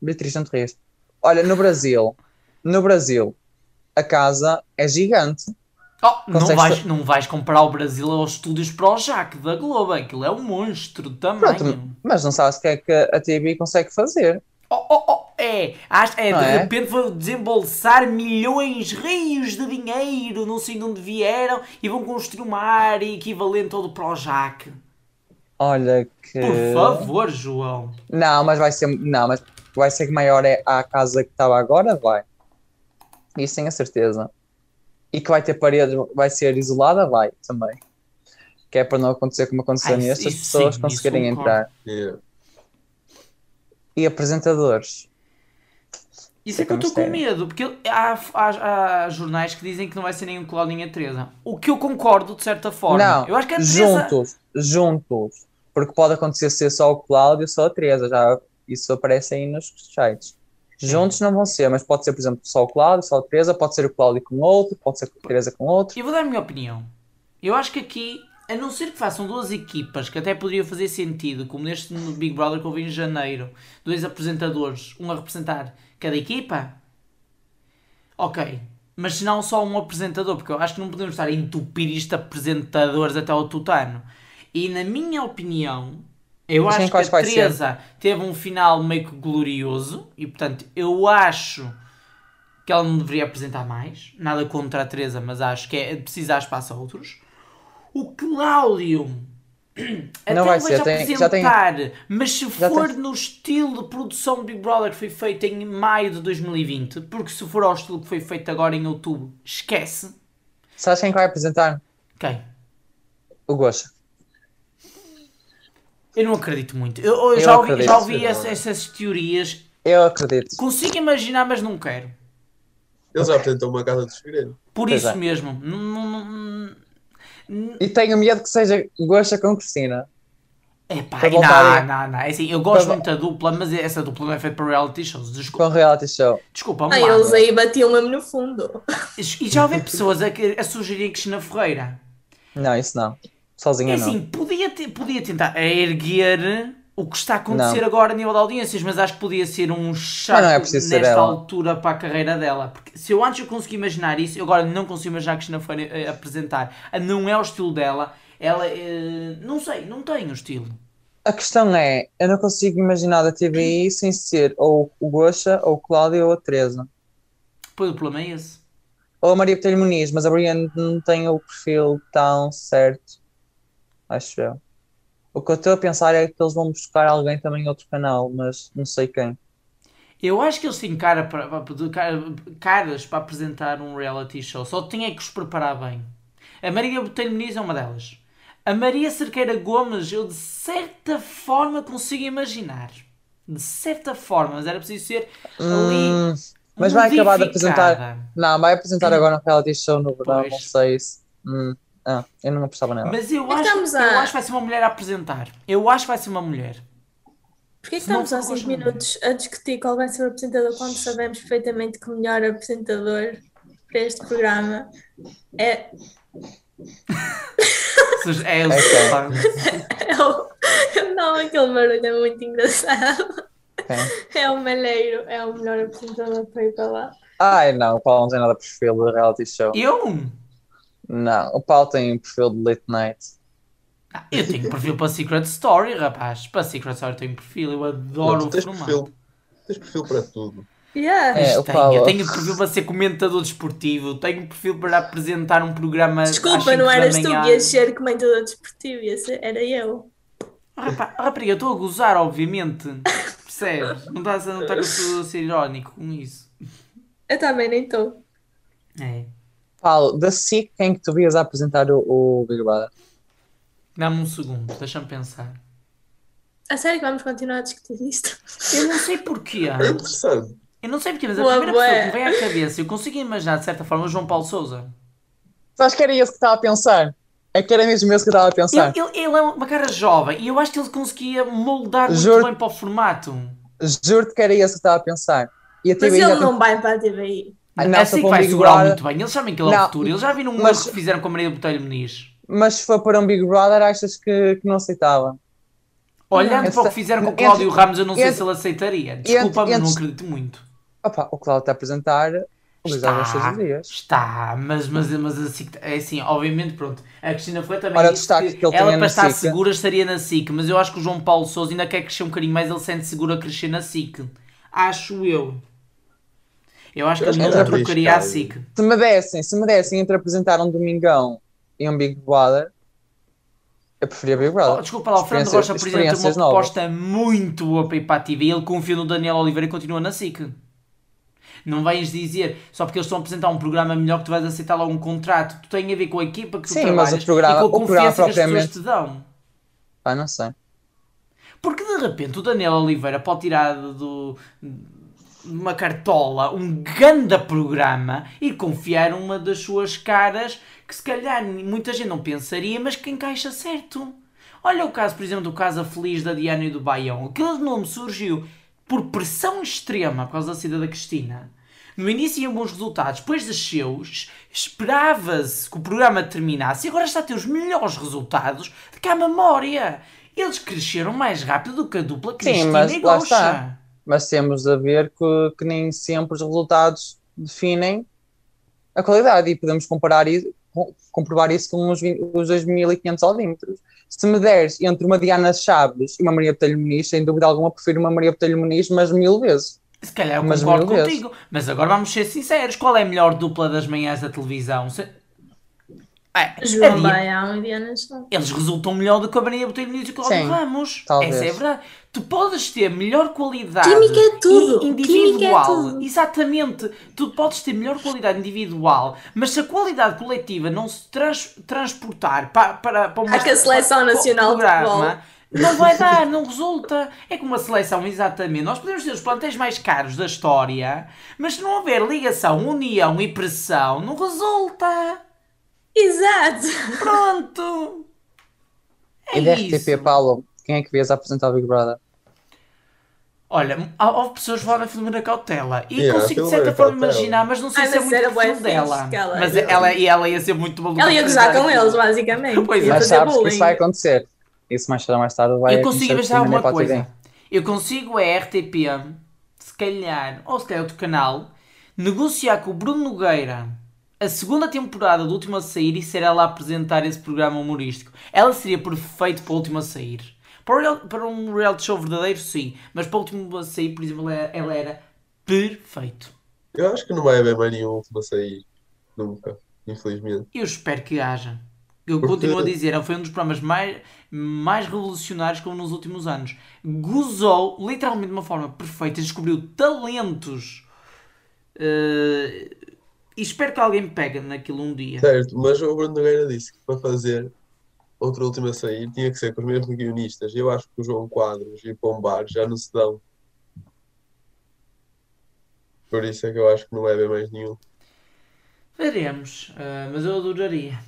S2: Beatriz, não te rias. Olha, no Brasil, no Brasil, a casa é gigante.
S4: Oh, não,
S2: consegues-
S4: vais, não vais comparar o Brasil aos estúdios para o Jack da Globo. Aquilo é um monstro de tamanho.
S2: Pronto, mas não sabes o que é que a TV consegue fazer.
S4: Oh, oh, oh, é, acho, é,
S2: Não
S4: de
S2: é?
S4: repente vão desembolsar milhões, rios de dinheiro, não sei de onde vieram, e vão construir uma área equivalente ao do Projac.
S2: Olha que.
S4: Por favor, João.
S2: Não, mas vai ser. Não, mas vai ser que maior é a casa que estava agora, vai. Isso tenho a certeza. E que vai ter paredes, vai ser isolada, vai também. Que é para não acontecer como aconteceu
S4: Ah, isso-
S2: neste, as
S4: isso
S2: pessoas
S4: sim,
S2: conseguirem
S4: isso
S2: entrar.
S3: Yeah.
S2: E apresentadores.
S4: Isso é que eu estou com medo, porque há, há- há jornais que dizem que não vai ser nenhum Cláudio nem a Teresa. O que eu concordo, de certa forma.
S2: Não,
S4: eu acho que é a Teresa...
S2: juntos, juntos. Porque pode acontecer ser só o Cláudio, só a Teresa, já isso aparece aí nos sites. Juntos não vão ser, mas pode ser, por exemplo, só o Cláudio, só a Teresa, pode ser o Cláudio com outro, pode ser a Teresa com outro.
S4: Eu vou dar a minha opinião. Eu acho que aqui, a não ser que façam duas equipas, que até poderia fazer sentido, como neste no Big Brother que houve em janeiro, dois apresentadores, um a representar cada equipa, ok. Mas se não só um apresentador, porque eu acho que não podemos estar a entupir isto de apresentadores até ao tutano. E na minha opinião, eu
S2: Mas quem
S4: acho que
S2: quais
S4: a
S2: vai ser?
S4: Teresa teve um final meio que glorioso, e portanto eu acho que ela não deveria apresentar mais. Nada contra a Teresa, mas acho que é preciso dar espaço a outros. O Cláudio. Até
S2: Não vai
S4: o
S2: ser,
S4: vais
S2: tem- já tem-
S4: apresentar, mas se
S2: Já
S4: for
S2: tem-
S4: no estilo de produção do Big Brother que foi feito em maio de 2020, porque se for ao estilo que foi feito agora em outubro, esquece.
S2: Sabes quem que vai apresentar?
S4: Quem?
S2: O Gosha.
S4: Eu não acredito muito. Eu, eu
S2: Eu
S4: já ouvi,
S2: acredito.
S4: já ouvi essa- essas teorias.
S2: Eu acredito.
S4: Consigo imaginar, mas não quero.
S3: Eles já apresentam uma casa de segredo.
S4: Por
S2: Pois
S4: isso
S2: é.
S4: mesmo. Não- não- não-
S2: E tenho medo que seja Gosha com Cristina.
S4: Epá,
S2: Para
S4: não,
S2: voltar aí.
S4: não, não. É assim, eu
S2: Para
S4: gosto
S2: vo-
S4: muito da dupla, mas essa dupla não é feita para reality shows.
S2: Com
S4: Desculpa,
S2: reality show.
S4: desculpa
S1: Ah,
S4: lá.
S1: eles aí batiam mesmo no fundo.
S4: E já houve pessoas a, que- a sugerirem Cristina Ferreira.
S2: Não, isso não.
S4: É
S2: Sozinha não.
S4: assim, podia, te- podia tentar erguer o que está a acontecer agora a nível de audiências, mas acho que podia ser um chato
S2: Mas não é preciso ser
S4: nesta
S2: ela.
S4: altura para a carreira dela. Porque se eu antes eu consegui imaginar isso, eu agora não consigo imaginar a Cristina Ferreira eh, apresentar. Ah, Não é o estilo dela. Ela, eh, não sei, não tem o estilo.
S2: A questão é, eu não consigo imaginar da TVI sem ser ou o Gosha, ou o Cláudio, ou a Teresa.
S4: Pois o problema é esse.
S2: Ou a Maria Peter Muniz, mas a Brienne não tem o perfil tão certo. Acho eu. O que eu estou a pensar é que eles vão buscar alguém também em outro canal, mas não sei quem.
S4: Eu acho que eles têm cara para, para- de cara- caras para apresentar um reality show. Só tinha que os preparar bem. A Maria Botelho Muniz é uma delas. A Maria Cerqueira Gomes, eu de certa forma consigo imaginar. De certa forma, mas era preciso ser ali.
S2: Hum, mas vai acabar de
S4: modificada.
S2: não, vai apresentar agora um reality show no verão,
S4: Pois.
S2: não sei se. Hum, ah, eu não apostava nela.
S4: Mas eu
S1: Mas
S4: acho,
S1: estamos a-
S4: eu acho que vai ser uma mulher a apresentar. Eu acho que vai ser uma mulher.
S1: Porquê que
S4: Não
S1: estamos há
S4: ficou
S1: 5
S4: com
S1: minutos a discutir qual vai ser o apresentador quando sabemos perfeitamente que o melhor apresentador para este programa é,
S4: Se- É o
S2: Ok.
S1: é o. Não, aquele barulho é muito engraçado.
S2: Ok.
S1: É o Malheiro, é o melhor apresentador para ir para lá.
S2: Ai não, o Paulo não tem nada de perfil de reality show.
S4: Eu?
S2: Não, o Paulo tem um perfil de late night.
S4: Ah, eu tenho perfil para Secret Story, rapaz. Para Secret Story eu tenho perfil, eu adoro
S3: Não, tu
S4: o
S3: tens
S4: formato.
S3: perfil, tens perfil para tudo.
S1: Yeah.
S2: É,
S4: Mas
S2: o
S4: tenho,
S2: Paulo.
S4: eu tenho perfil para ser comentador desportivo, tenho perfil para apresentar um programa. às
S1: Desculpa,
S4: cinco
S1: não
S4: da
S1: eras tu
S4: manhã.
S1: que ias ser comentador desportivo, ia ser- era eu.
S4: Rapaz, Oh, rapariga, eu estou a gozar, obviamente. Percebes? Não estás a notar que eu estou a ser irónico com isso.
S1: Eu também nem estou.
S4: É.
S2: Paulo, da SIC, quem que tu vias a apresentar o, o Big Brother?
S4: Dá-me um segundo, deixa-me pensar.
S1: A sério que vamos continuar a discutir isto?
S4: Eu não sei porquê.
S3: É interessante.
S4: Eu não sei porquê, mas a
S1: Boa,
S4: primeira
S1: boa.
S4: pessoa que me vem à cabeça, eu consigo imaginar de certa forma o João Paulo Souza.
S2: Tu acho que era esse que estava a pensar? É que era mesmo esse que eu estava a pensar.
S4: Ele, ele- ele é uma cara jovem e eu acho que ele conseguia moldar muito
S2: Juro.
S4: bem para o formato.
S2: Juro-te que era esse que estava a pensar. E a
S1: Mas
S2: TVI
S1: ele
S2: ainda tem-
S1: não vai para a TVI.
S2: Ah,
S4: é
S2: não,
S4: assim
S2: se
S4: que
S2: for um
S4: vai
S2: Big
S4: segurar
S2: Brother,
S4: muito bem. Eles sabem que ele é o
S2: Não,
S4: futuro. Eles já viram um
S2: mas-
S4: erro que fizeram com a Maria do Botelho Meniz.
S2: mas se for para um Big Brother, achas que, que não aceitava?
S4: Olhando
S2: Não.
S4: para o que fizeram com o
S2: Entre-
S4: Cláudio Ramos, eu não sei
S2: entre-
S4: se ele aceitaria. Desculpa, mas
S2: entre-
S4: não acredito muito.
S2: Opa, o Cláudio está a apresentar o Luís Alves
S4: Está,
S2: todos os dias.
S4: está, mas, mas, mas assim, é assim, obviamente, pronto. A Cristina foi também.
S2: Ora, o
S4: disse
S2: destaque que ele tinha
S4: ela para
S2: na
S4: estar
S2: SIC.
S4: segura estaria na SIC, mas eu acho que o João Paulo Souza ainda quer crescer um bocadinho mais, ele sente seguro a crescer na SIC. Acho eu. Eu acho que
S3: Eu
S4: ele
S3: acho
S4: não
S3: que é
S4: trocaria a
S3: arriscado.
S4: SIC.
S2: Se me dessem, se me dessem entre apresentar um Domingão e um Big Brother, eu preferia Big
S4: Oh,
S2: Brother.
S4: desculpa lá, o Fernando
S2: Ah, Experiências-
S4: Rocha, por exemplo, tem uma
S2: experiências novas.
S4: proposta muito boa para ir para a TV e ele confia no Daniel Oliveira e continua na SIC. Não vais dizer, só porque eles estão a apresentar um programa melhor que tu vais aceitar logo um contrato. Tu tem a ver com a equipa que tu
S2: Sim, mas o
S4: trabalhas
S2: programa-
S4: e com a
S2: o programa
S4: confiança que as pessoas
S2: propriamente-
S4: te dão.
S2: Ah, não sei.
S4: Porque de repente o Daniel Oliveira pode tirar do, de uma cartola um ganda programa e confiar uma das suas caras que se calhar muita gente não pensaria, mas que encaixa certo. Olha o caso, por exemplo, do caso Feliz da Diana e do Baião. Aquele nome surgiu por pressão extrema por causa da saída da Cristina. No início iam bons resultados, depois desceu, es- esperava-se que o programa terminasse e agora está a ter os melhores resultados de cá à memória. Eles cresceram mais rápido do que a dupla Cristina
S2: mas
S4: e
S2: lá
S4: Gosha.
S2: está. Mas temos a ver que, que nem sempre os resultados definem a qualidade e podemos comparar isso, com- comprovar isso com os, vin- os 2.500 audímetros. Se me deres entre uma Diana Chaves e uma Maria Botelho Muniz, sem dúvida alguma prefiro uma Maria Botelho Muniz, mas mil vezes.
S4: Se calhar eu
S2: Mas
S4: concordo
S2: mil vezes.
S4: contigo. Mas agora vamos ser sinceros. Qual é a melhor dupla das manhãs da televisão? Se- É,
S1: João um
S4: havia-
S1: Baião e Diana Chão.
S4: Eles resultam melhor do que a Maria Botelho Muniz e o Cláudio
S2: Sim,
S4: Ramos.
S2: talvez.
S4: Essa é a verdade. Tu podes ter melhor qualidade
S1: Química é tudo.
S4: i-
S1: Química é
S4: individual.
S1: tudo.
S4: Exatamente. Tu podes ter melhor qualidade individual, mas se a qualidade coletiva não se trans- transportar para, para, para uma
S1: Ah, que a Seleção
S4: para- para o
S1: Nacional de
S4: programa, não vai dar, não resulta. É como uma seleção, exatamente. Nós podemos ter os plantéis mais caros da história, mas se não houver ligação, união e pressão, não resulta.
S1: Exato!
S4: Pronto! É
S2: e da RTP,
S4: isso.
S2: Paulo, quem é que vias a apresentar o Big Brother?
S4: Olha, há- houve pessoas que falam na Filomena Cautela e
S3: Yeah,
S4: consigo de
S3: Filomena
S4: certa forma
S3: Cautela.
S4: imaginar, mas não sei
S1: Ai,
S4: se é
S1: mas
S4: muito
S1: era bué
S4: perfil
S1: fixe
S4: dela.
S1: que ela-
S4: Mas ela, e ela ia ser muito maluca.
S1: Ela ia
S4: para
S1: gozar
S4: apresentar
S1: com
S4: aquilo.
S1: eles, basicamente.
S4: Pois é.
S1: ia
S2: Mas
S1: fazer
S2: sabes que
S1: bullying.
S2: isso vai acontecer. Isso mais tarde ou mais tarde vai
S4: Eu
S2: acontecer.
S4: consigo imaginar
S2: também
S4: alguma
S2: para o
S4: coisa.
S2: TVI.
S4: Eu consigo é a RTP, se calhar, ou se calhar outro canal, negociar com o Bruno Nogueira a segunda temporada do Último a Sair e ser ela a apresentar esse programa humorístico. Ela seria perfeita para o Último a Sair. Para, o real- para um reality show verdadeiro, sim. Mas para o Último a Sair, por exemplo, ela, ela era perfeito.
S3: Eu acho que não vai haver mais nenhum último a sair. Nunca. Infelizmente.
S4: Eu espero que haja. Eu
S3: Porque-
S4: continuo a dizer, foi um dos programas mais, mais revolucionários que houve nos últimos anos. Gozou literalmente de uma forma perfeita, descobriu talentos. Eh, e espero que alguém pegue naquilo um dia.
S3: Certo, mas o Bruno Nogueira disse que para fazer outra última a sair tinha que ser com os mesmos guionistas. E Eu acho que o João Quadros e o Pombar já não se dão. Por isso é que eu acho que não vai haver mais nenhum.
S4: Veremos, ah, eh, mas eu adoraria.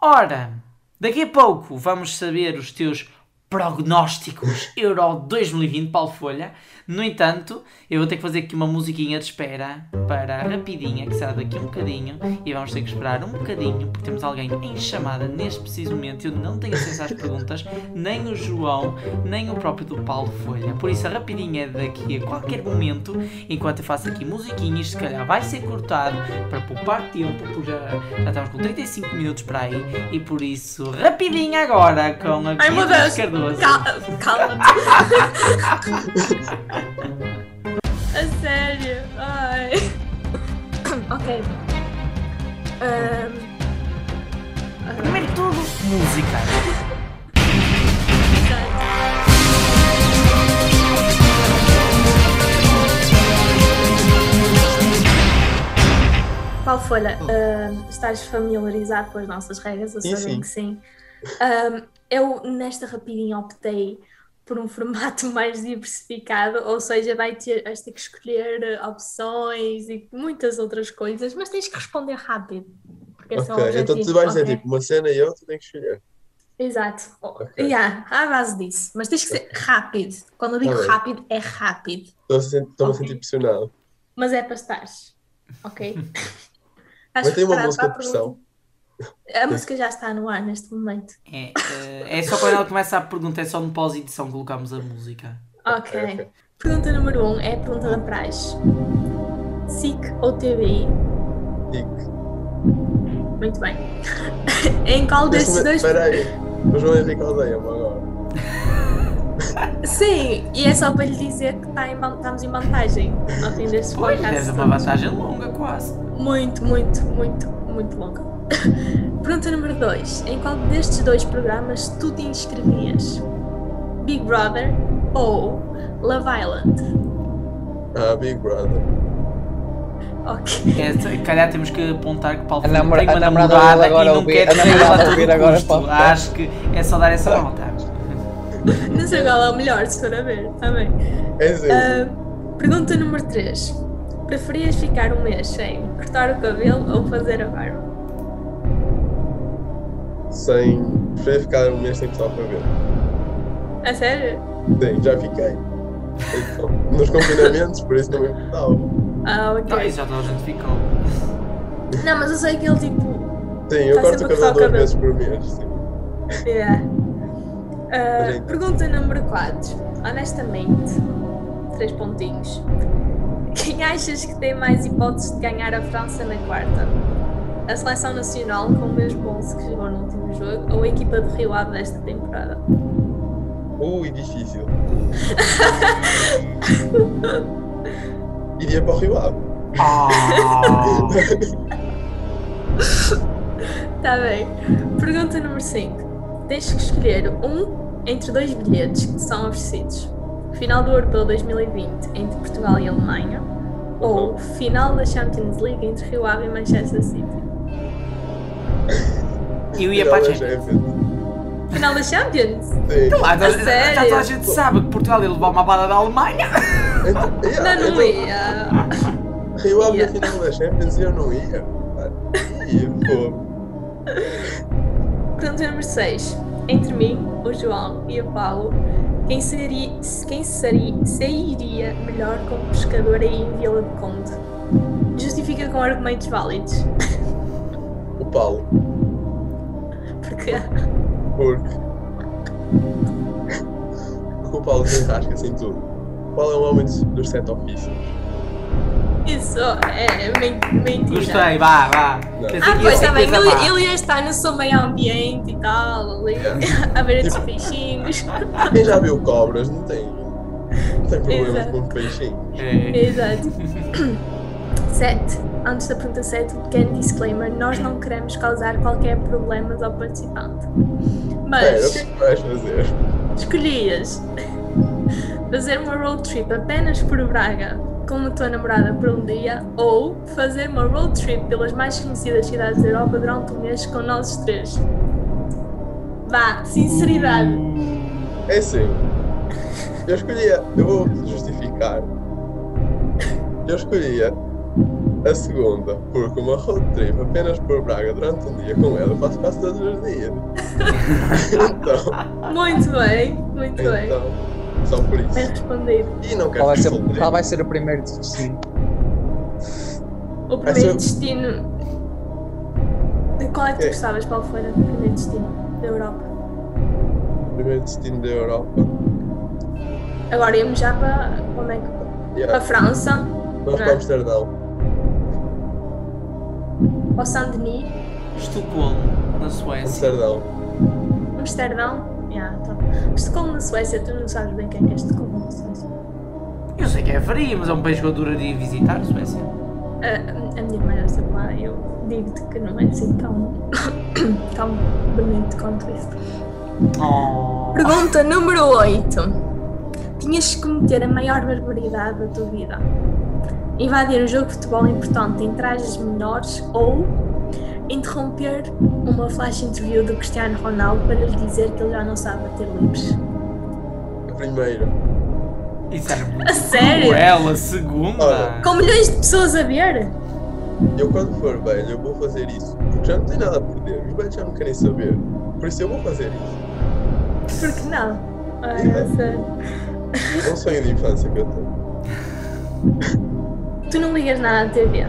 S4: Ora, daqui a pouco vamos saber os teus prognósticos Euro 2020, Paulo Folha. No entanto, eu vou ter que fazer aqui uma musiquinha de espera para a rapidinha, que será daqui a um bocadinho, e vamos ter que esperar um bocadinho, porque temos alguém em chamada neste preciso momento. Eu não tenho acesso às perguntas, nem o João, nem o próprio do Paulo Folha. Por isso, a rapidinha é daqui a qualquer momento, enquanto eu faço aqui musiquinha, isto se calhar vai ser cortado para poupar tempo, porque já, já estamos com 35 minutos para aí, e por isso, rapidinha agora com a
S1: Ai, meu
S4: Beatriz
S1: Deus.
S4: Cardoso.
S1: Cal- Cala-te. a sério. Ai. Ok. Ahm, Ah.
S4: Primeiro de tudo, música.
S1: Paulo Folha, ahm, eh, estás familiarizado com as nossas regras? Eu
S3: Sim,
S1: sabem
S3: sim.
S1: que sim. Ahm, eu, nesta rapidinha, optei por um formato mais diversificado, ou seja, vai ter, vais ter que escolher eh, opções e muitas outras coisas, mas tens que responder rápido, porque esse é o
S3: ok, então
S1: objetivo.
S3: tu vais dizer
S1: ok?
S3: tipo uma cena e eu tu tens que escolher.
S1: Exato.
S3: Ok.
S1: Yeah, à base disso. Mas tens que ser rápido. Quando eu digo
S3: Tá bem.
S1: rápido, é rápido.
S3: Estou a sen- Estou-me a
S1: Ok.
S3: sentir pressionado.
S1: Mas é para estares. Ok?
S3: Mas tem uma
S1: preparado
S3: música
S1: para a
S3: de pressão.
S1: pergunta? A música já está no ar neste momento.
S4: É, eh, é só quando ela começa a pergunta, é só no pós-edição colocamos a música.
S1: Ok.
S3: Ok, ok.
S1: Pergunta número 1 um é a pergunta da Praz. SIC ou TVI?
S3: Digo,
S1: Muito bem. em qual
S3: neste
S1: destes
S3: momento-
S1: dois.
S3: Espera aí, o João Henrique odeia-me agora.
S1: Sim, e é só para lhe dizer que está em van- estamos em vantagem ao fim deste
S4: Pois, deve
S1: podcast.
S4: ser uma vantagem longa quase.
S1: Muito, muito, muito, muito longa. Pergunta número 2. Em qual destes dois programas tu te inscrevias? Big Brother ou Love Island?
S3: Ah, Big Brother.
S1: Ok.
S4: É, se calhar temos que apontar que o Paulo
S2: A
S4: Fernandes
S2: namora-
S4: tem uma
S2: a namorada
S4: namorada
S2: dele agora
S4: e não
S2: ouvir-
S4: quer
S2: a
S4: dizer
S2: namorada
S4: ela a
S2: ouvir
S4: todo
S2: agora
S4: custo.
S2: pode.
S4: Acho que é só dar essa nota.
S1: Não sei qual é o melhor, se for a ver. Está bem.
S3: É assim,
S1: Ah, pergunta número 3. Preferias ficar um mês sem cortar o cabelo ou fazer a barba?
S3: sem. Preferia ficar um mês sem pessoal para ver.
S1: A sério?
S3: Sim, já fiquei. Então, nos confinamentos, por isso não me importava.
S1: Ah, ok.
S4: Então, isso já toda a gente ficou.
S1: Não, mas eu sei que ele tipo.
S3: Sim, eu
S1: Tá
S3: corto
S1: sempre
S3: o
S1: a cortar
S3: cabelo
S1: o
S3: duas
S1: cabelo.
S3: vezes por tipo, mês. Sim.
S1: Yeah. Ah,
S3: Mas ainda-
S1: É. pergunta número 4. Honestamente, três pontinhos. Quem achas que tem mais hipóteses de ganhar a França na quarta? A seleção nacional, com o mesmo 11 que jogou no último jogo, ou a equipa de Rio Ave desta temporada?
S3: Ui, uh, difícil. Iria para o Rio Ave.
S4: Oh,
S1: Ah. Tá bem. Pergunta número 5. Tens que escolher um entre dois bilhetes que são oferecidos. Final do Europeu 2020 entre Portugal e Alemanha
S3: Uhum.
S1: ou final da Champions League entre Rio Ave e Manchester City.
S4: eu ia
S3: Iria
S4: para a
S3: para
S1: é.
S4: Champions.
S3: Champions.
S1: Final da Champions?
S3: Sim.
S4: Ah, então,
S1: sério?
S4: Já toda a gente sabe que Portugal ia levar uma bala da Alemanha.
S3: Então, yeah,
S1: Não, não
S3: então,
S1: ia.
S3: Rio Ave
S1: ia.
S3: na final da Champions e eu não ia. Ah, Ia, pô.
S1: Pergunta número 6. Entre mim, o João e o Paulo, quem, seria, quem seria, sairia melhor como pescador aí em Vila de Conde? Justifica com argumentos válidos.
S3: O Paulo.
S1: Porque
S3: Porque. Porque o Paulo se enrasca-se em tudo. O Paulo é um homem dos- dos sete ofícios.
S1: Isso é men- mentira.
S4: Gostei, vá, vá. Pensei
S1: Ah,
S4: que é ia
S1: pois
S4: ser
S1: tá bem,
S4: coisa má.
S1: ele, ele ia estar no seu meio ambiente e tal, ali, a ver esses peixinhos.
S3: Quem já viu cobras não tem. Não tem problemas
S1: Exato.
S3: com um peixinho.
S4: É.
S1: Exato. 7. Antes da pergunta 7, um pequeno disclaimer: nós não queremos causar qualquer problemas ao participante.
S3: Pera, o
S1: Mas
S3: que é que vais fazer?
S1: escolhias fazer uma road trip apenas por Braga com a tua namorada por um dia ou fazer uma road trip pelas mais conhecidas cidades da Europa durante um mês com nós três. Vá, sinceridade.
S3: É assim. Eu escolhia. Eu vou justificar. Eu escolhia A segunda, porque uma road trip apenas por Braga durante um dia com ela eu faço quase todos os dias. então,
S1: Muito bem, muito bem.
S3: então, só por
S1: Bem
S3: isso.
S1: respondido.
S3: E não quero
S2: Qual é vai
S3: que
S2: ser,
S3: full trip.
S2: qual vai ser o primeiro destino?
S1: O
S3: Vai
S1: primeiro
S3: ser-
S1: destino. De qual é que tu
S3: É.
S1: gostavas? Qual foi o primeiro destino da Europa?
S3: Primeiro destino da Europa.
S1: Agora íamos já para. Onde é que. Para a
S3: Yeah.
S1: França,
S3: Nós
S1: Ah.
S3: para Amsterdão.
S1: para Saint-Denis,
S4: Estocolmo, na Suécia.
S3: Amsterdão.
S1: Amsterdão. Yeah, tá. bom. Estocolmo na Suécia, tu não sabes bem quem é Estocolmo na Suécia.
S4: Eu sei que é frio, mas é um país que eu adoraria visitar, Suécia.
S1: Ah, A, a minha irmã já esteve lá, eu digo-te que não é assim tão. tão bonito quanto isso.
S4: Oh.
S1: Pergunta número 8. Tinhas que cometer a maior barbaridade da tua vida. Invadir um jogo de futebol importante em trajes menores ou interromper uma flash interview do Cristiano Ronaldo para lhe dizer que ele já não sabe bater livres.
S3: A primeira.
S4: Isso era muito
S1: A sério?
S4: cruel, a segunda.
S3: Olha.
S1: Com milhões de pessoas a ver?
S3: Eu quando for velho, eu vou fazer isso. Porque já não tenho nada a perder. Os velhos já não querem saber. Por isso eu vou fazer isso.
S1: Por que não? Ai,
S3: Sim.
S1: nossa.
S3: É um sonho de infância que eu tenho.
S1: Tu não ligas nada à TV.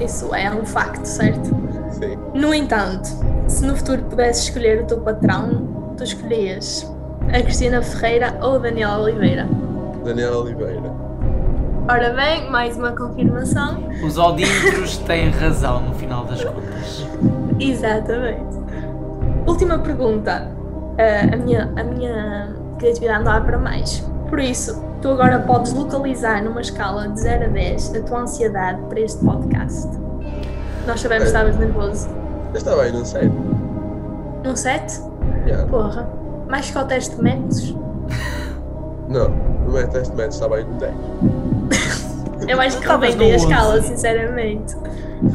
S1: Isso é um facto, certo?
S3: Sim.
S1: No entanto, se no futuro pudesses escolher o teu patrão, tu escolhias a Cristina Ferreira ou a Daniela Oliveira.
S3: Daniel Oliveira.
S1: Ora bem, mais uma confirmação.
S4: Os audímetros têm razão no final das contas.
S1: Exatamente. Última pergunta. Ah, a, minha, a minha criatividade não há para mais. Por isso, tu agora podes localizar numa escala de 0 a 10 a tua ansiedade para este podcast. Nós sabemos que estavas nervoso.
S3: Eu estava aí, não sei.
S1: Um 7?
S3: Yeah.
S1: Porra. Mais que ao teste de métodos.
S3: Não, no meu teste médio estava aí no 10.
S1: Eu acho que
S4: Talvez
S1: rebentei a
S4: no onze.
S1: escala, sinceramente.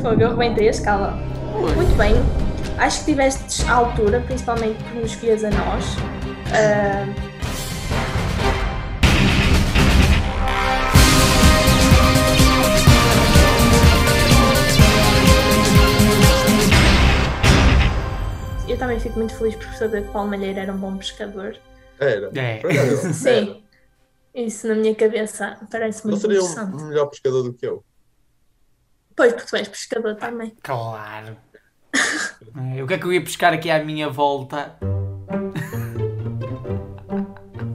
S1: Fogo, eu rebentei a escala. Muito bem. Acho que tiveste à altura, principalmente por nos escolheres a nós. Ah, Eu também fico muito feliz por saber que Paulo Malheiro era um bom pescador.
S3: Era.
S4: É.
S3: Por acaso, era.
S1: Sim. Isso na minha cabeça parece
S3: Ele
S1: muito
S3: seria
S1: interessante.
S3: um melhor pescador do que eu.
S1: Pois, porque tu és pescador também.
S4: Claro. É, O que é que eu ia buscar aqui à minha volta?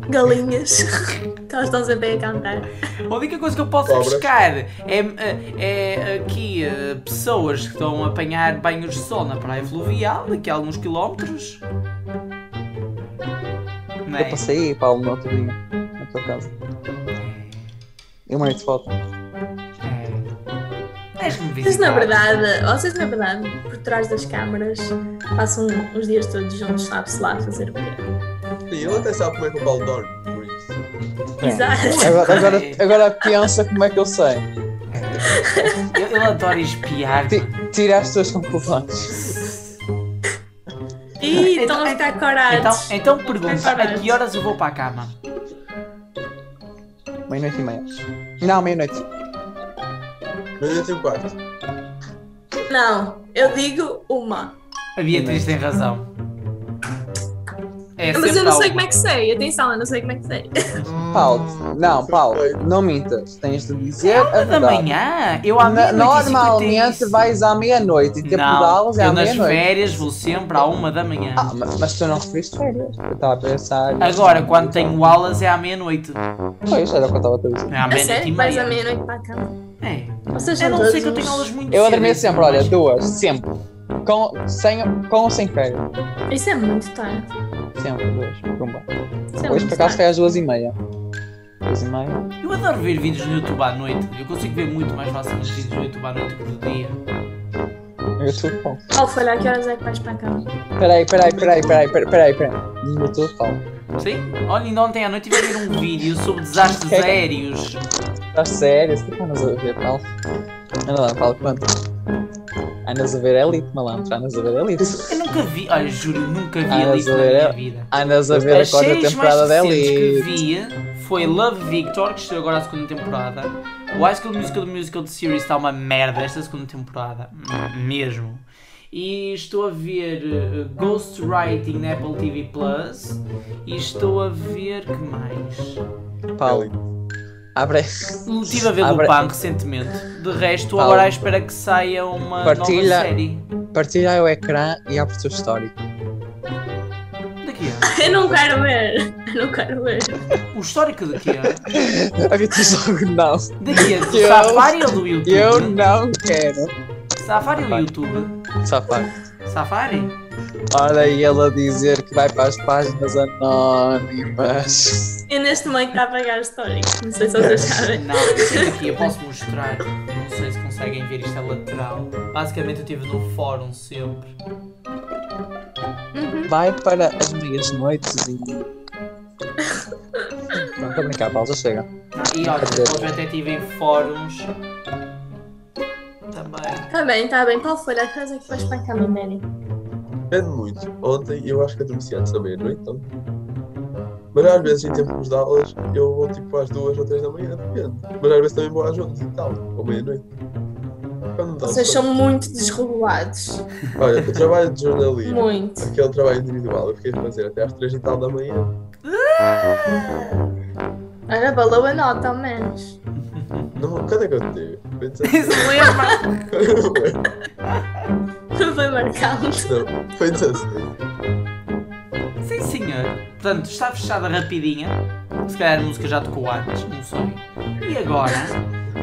S1: Galinhas. que elas estão sempre a cantar.
S4: A única coisa que eu posso
S3: Cobras.
S4: pescar é, é, é aqui eh, pessoas que estão a apanhar banhos de sol na praia fluvial, daqui a alguns quilómetros. Não
S2: Eu
S4: é?
S2: passei para o meu dia na tua casa. Eu mandei-te foto.
S4: É. Tens-me
S1: Vocês na
S4: visitar.
S1: verdade, vocês na verdade, por trás das câmaras, passam os dias todos juntos, sabe-se lá fazer o quê?
S3: Sim, ele até sabe como é que o Paulo dorme, por isso.
S2: É.
S4: Então,
S1: Exato.
S2: Agora, agora, agora pensa como é que eu sei.
S4: Eu, eu adoro espiar.
S2: Ti- Tira as tuas conclusões.
S1: Ih, estão a ficar
S4: Então- Então,
S1: corados.
S4: então pergunta, a
S1: Preparados.
S4: que horas eu vou para a cama?
S2: Meia-noite e meia. Não, meia-noite.
S3: Mas eu tenho quarto.
S4: é.
S1: Não, eu digo uma.
S4: A Beatriz tem razão. É
S1: Mas
S4: sempre
S1: eu não
S4: algo.
S1: sei como é que sei. Atenção, eu não sei como é que sei.
S2: Paulo, não, Paulo, não mintas. Tens de dizer a
S4: da
S2: é verdade.
S4: manhã, eu à
S2: Na-
S4: meia-noite e
S2: Normalmente
S4: 55.
S2: vais à meia-noite e tempo de
S4: Não,
S2: aulas é
S4: eu
S2: à
S4: nas
S2: meia-noite.
S4: férias vou sempre à uma da manhã.
S2: Ah, mas, mas tu não referiste férias. Eu estava a pensar.
S4: Agora, quando tenho aulas é à meia-noite.
S2: Pois, era o que eu estava a dizer.
S4: É à
S1: A
S4: meia-noite e
S1: sério, vais à
S4: meia.
S1: meia-noite para a cama.
S4: É.
S1: Vocês
S4: A
S1: são
S4: não
S1: todos
S4: ser que eu
S1: uns-
S4: tenho aulas muito
S2: Eu
S4: cedo,
S2: adormeço
S4: isso
S2: sempre,
S4: não
S2: olha,
S4: mais.
S2: duas, sempre. Com, sem, com ou sem férias.
S1: Isso é muito tarde.
S2: Sempre, duas. Pumba.
S4: Então,
S1: Isso é
S2: Hoje, por
S1: muito
S2: acaso,
S1: tarde.
S2: foi às duas e meia. Duas e meia.
S4: Eu adoro ver vídeos no YouTube à noite. Eu consigo ver muito mais facilmente vídeos no YouTube à noite que do dia.
S2: No YouTube, Paulo.
S1: Ao falhar, que horas é que vais para a cama?
S2: Peraí, peraí, peraí, peraí, peraí, peraí, peraí. No YouTube, Paulo.
S4: Sim? Olha, ainda ontem à noite tive a ver um vídeo sobre desastres
S2: É.
S4: aéreos.
S2: Estás sério? Você tá nos a ver, Paulo? Anda lá, Paulo, quanto? Andas a ver Elite, malandro. Andas a ver é Elite.
S4: Eu nunca vi, olha, juro, eu nunca vi
S2: Ah,
S4: Elite na
S2: mas
S4: minha
S2: era-
S4: vida.
S2: Andas a ver a
S4: As
S2: quarta
S4: séries É mais
S2: temporada é da
S4: recentes que
S2: Elite.
S4: vi foi Love Victor, que chegou agora à segunda temporada. O High School Musical The Musical The Series está uma merda esta segunda temporada. M- Mesmo. E estou a ver eh, Ghostwriting na Apple TV Plus. E estou a ver. que mais?
S2: Paulo, abre.
S4: Estive a ver
S2: Abre-
S4: Lupin recentemente. De resto,
S2: Paulo.
S4: agora à espera que saia uma
S2: Partilha.
S4: nova série.
S2: Partilha aí o ecrã e abre o teu histórico.
S4: Daqui
S1: Eu não quero ver. Eu não quero ver.
S4: O histórico de quê?
S2: Abre o teu jogo, não.
S4: De quê? Do
S2: Eu-
S4: Safari ou do YouTube?
S2: Eu não quero.
S4: Safari ou YouTube?
S2: Safado.
S4: Safari?
S2: Olha aí ela dizer que vai para as páginas anónimas.
S1: Eu neste momento está a pagar históricos, não sei se vocês sabem.
S4: Não, isto aqui eu posso mostrar. Não sei se conseguem ver isto é lateral. Basicamente eu estive no fórum sempre.
S2: Vai para as meias noites e. Não, estou a brincar, Paulo, já chega.
S4: E olha, depois eu até estive em fóruns. Também.
S1: Está Tá bem, está bem. Qual foi a casa que foi espancar no Manny?
S3: Depende muito. Ontem eu acho que adormeci antes da meia-noite, então. Mas às vezes em tempos de aulas eu vou tipo às duas ou três da manhã, depende. Mas às vezes também vou às 11 e tal, ou meia-noite. Quando me dá o
S1: Vocês
S3: sono.
S1: são muito desregulados.
S3: Olha, o trabalho de jornalismo,
S1: Muito.
S3: aquele trabalho individual, eu fiquei a fazer até às três e tal da manhã.
S1: Olha, balou a nota, ao menos.
S3: Não, quando é que eu tive? Foi 17.
S4: Isso lembra?
S1: Não foi marcado.
S3: Não, foi 16.
S4: Sim senhor. Portanto, está fechada rapidinha. Se calhar a música já tocou antes, não sei. E agora,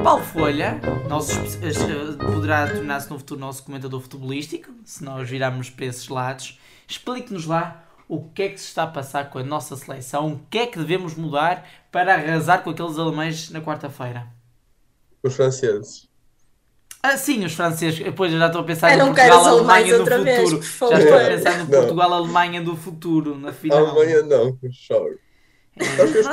S4: Paulo Folha, nosso espe- es- eh, poderá tornar-se no futuro nosso comentador futebolístico, se nós virarmos para esses lados. Explique-nos lá o que é que se está a passar com a nossa seleção, o que é que devemos mudar para arrasar com aqueles alemães na quarta-feira.
S3: Os franceses.
S4: Ah, sim, os franceses. Depois já estou a pensar
S1: Eu
S4: no
S1: não quero os
S4: Portugal-Alemanha
S1: alemães
S4: do
S1: outra vez,
S4: futuro.
S1: por
S4: Já estou a
S1: favor.
S4: pensar no
S3: Não.
S4: Portugal-Alemanha do futuro, na final.
S3: Amanhã não, choro.
S4: Mas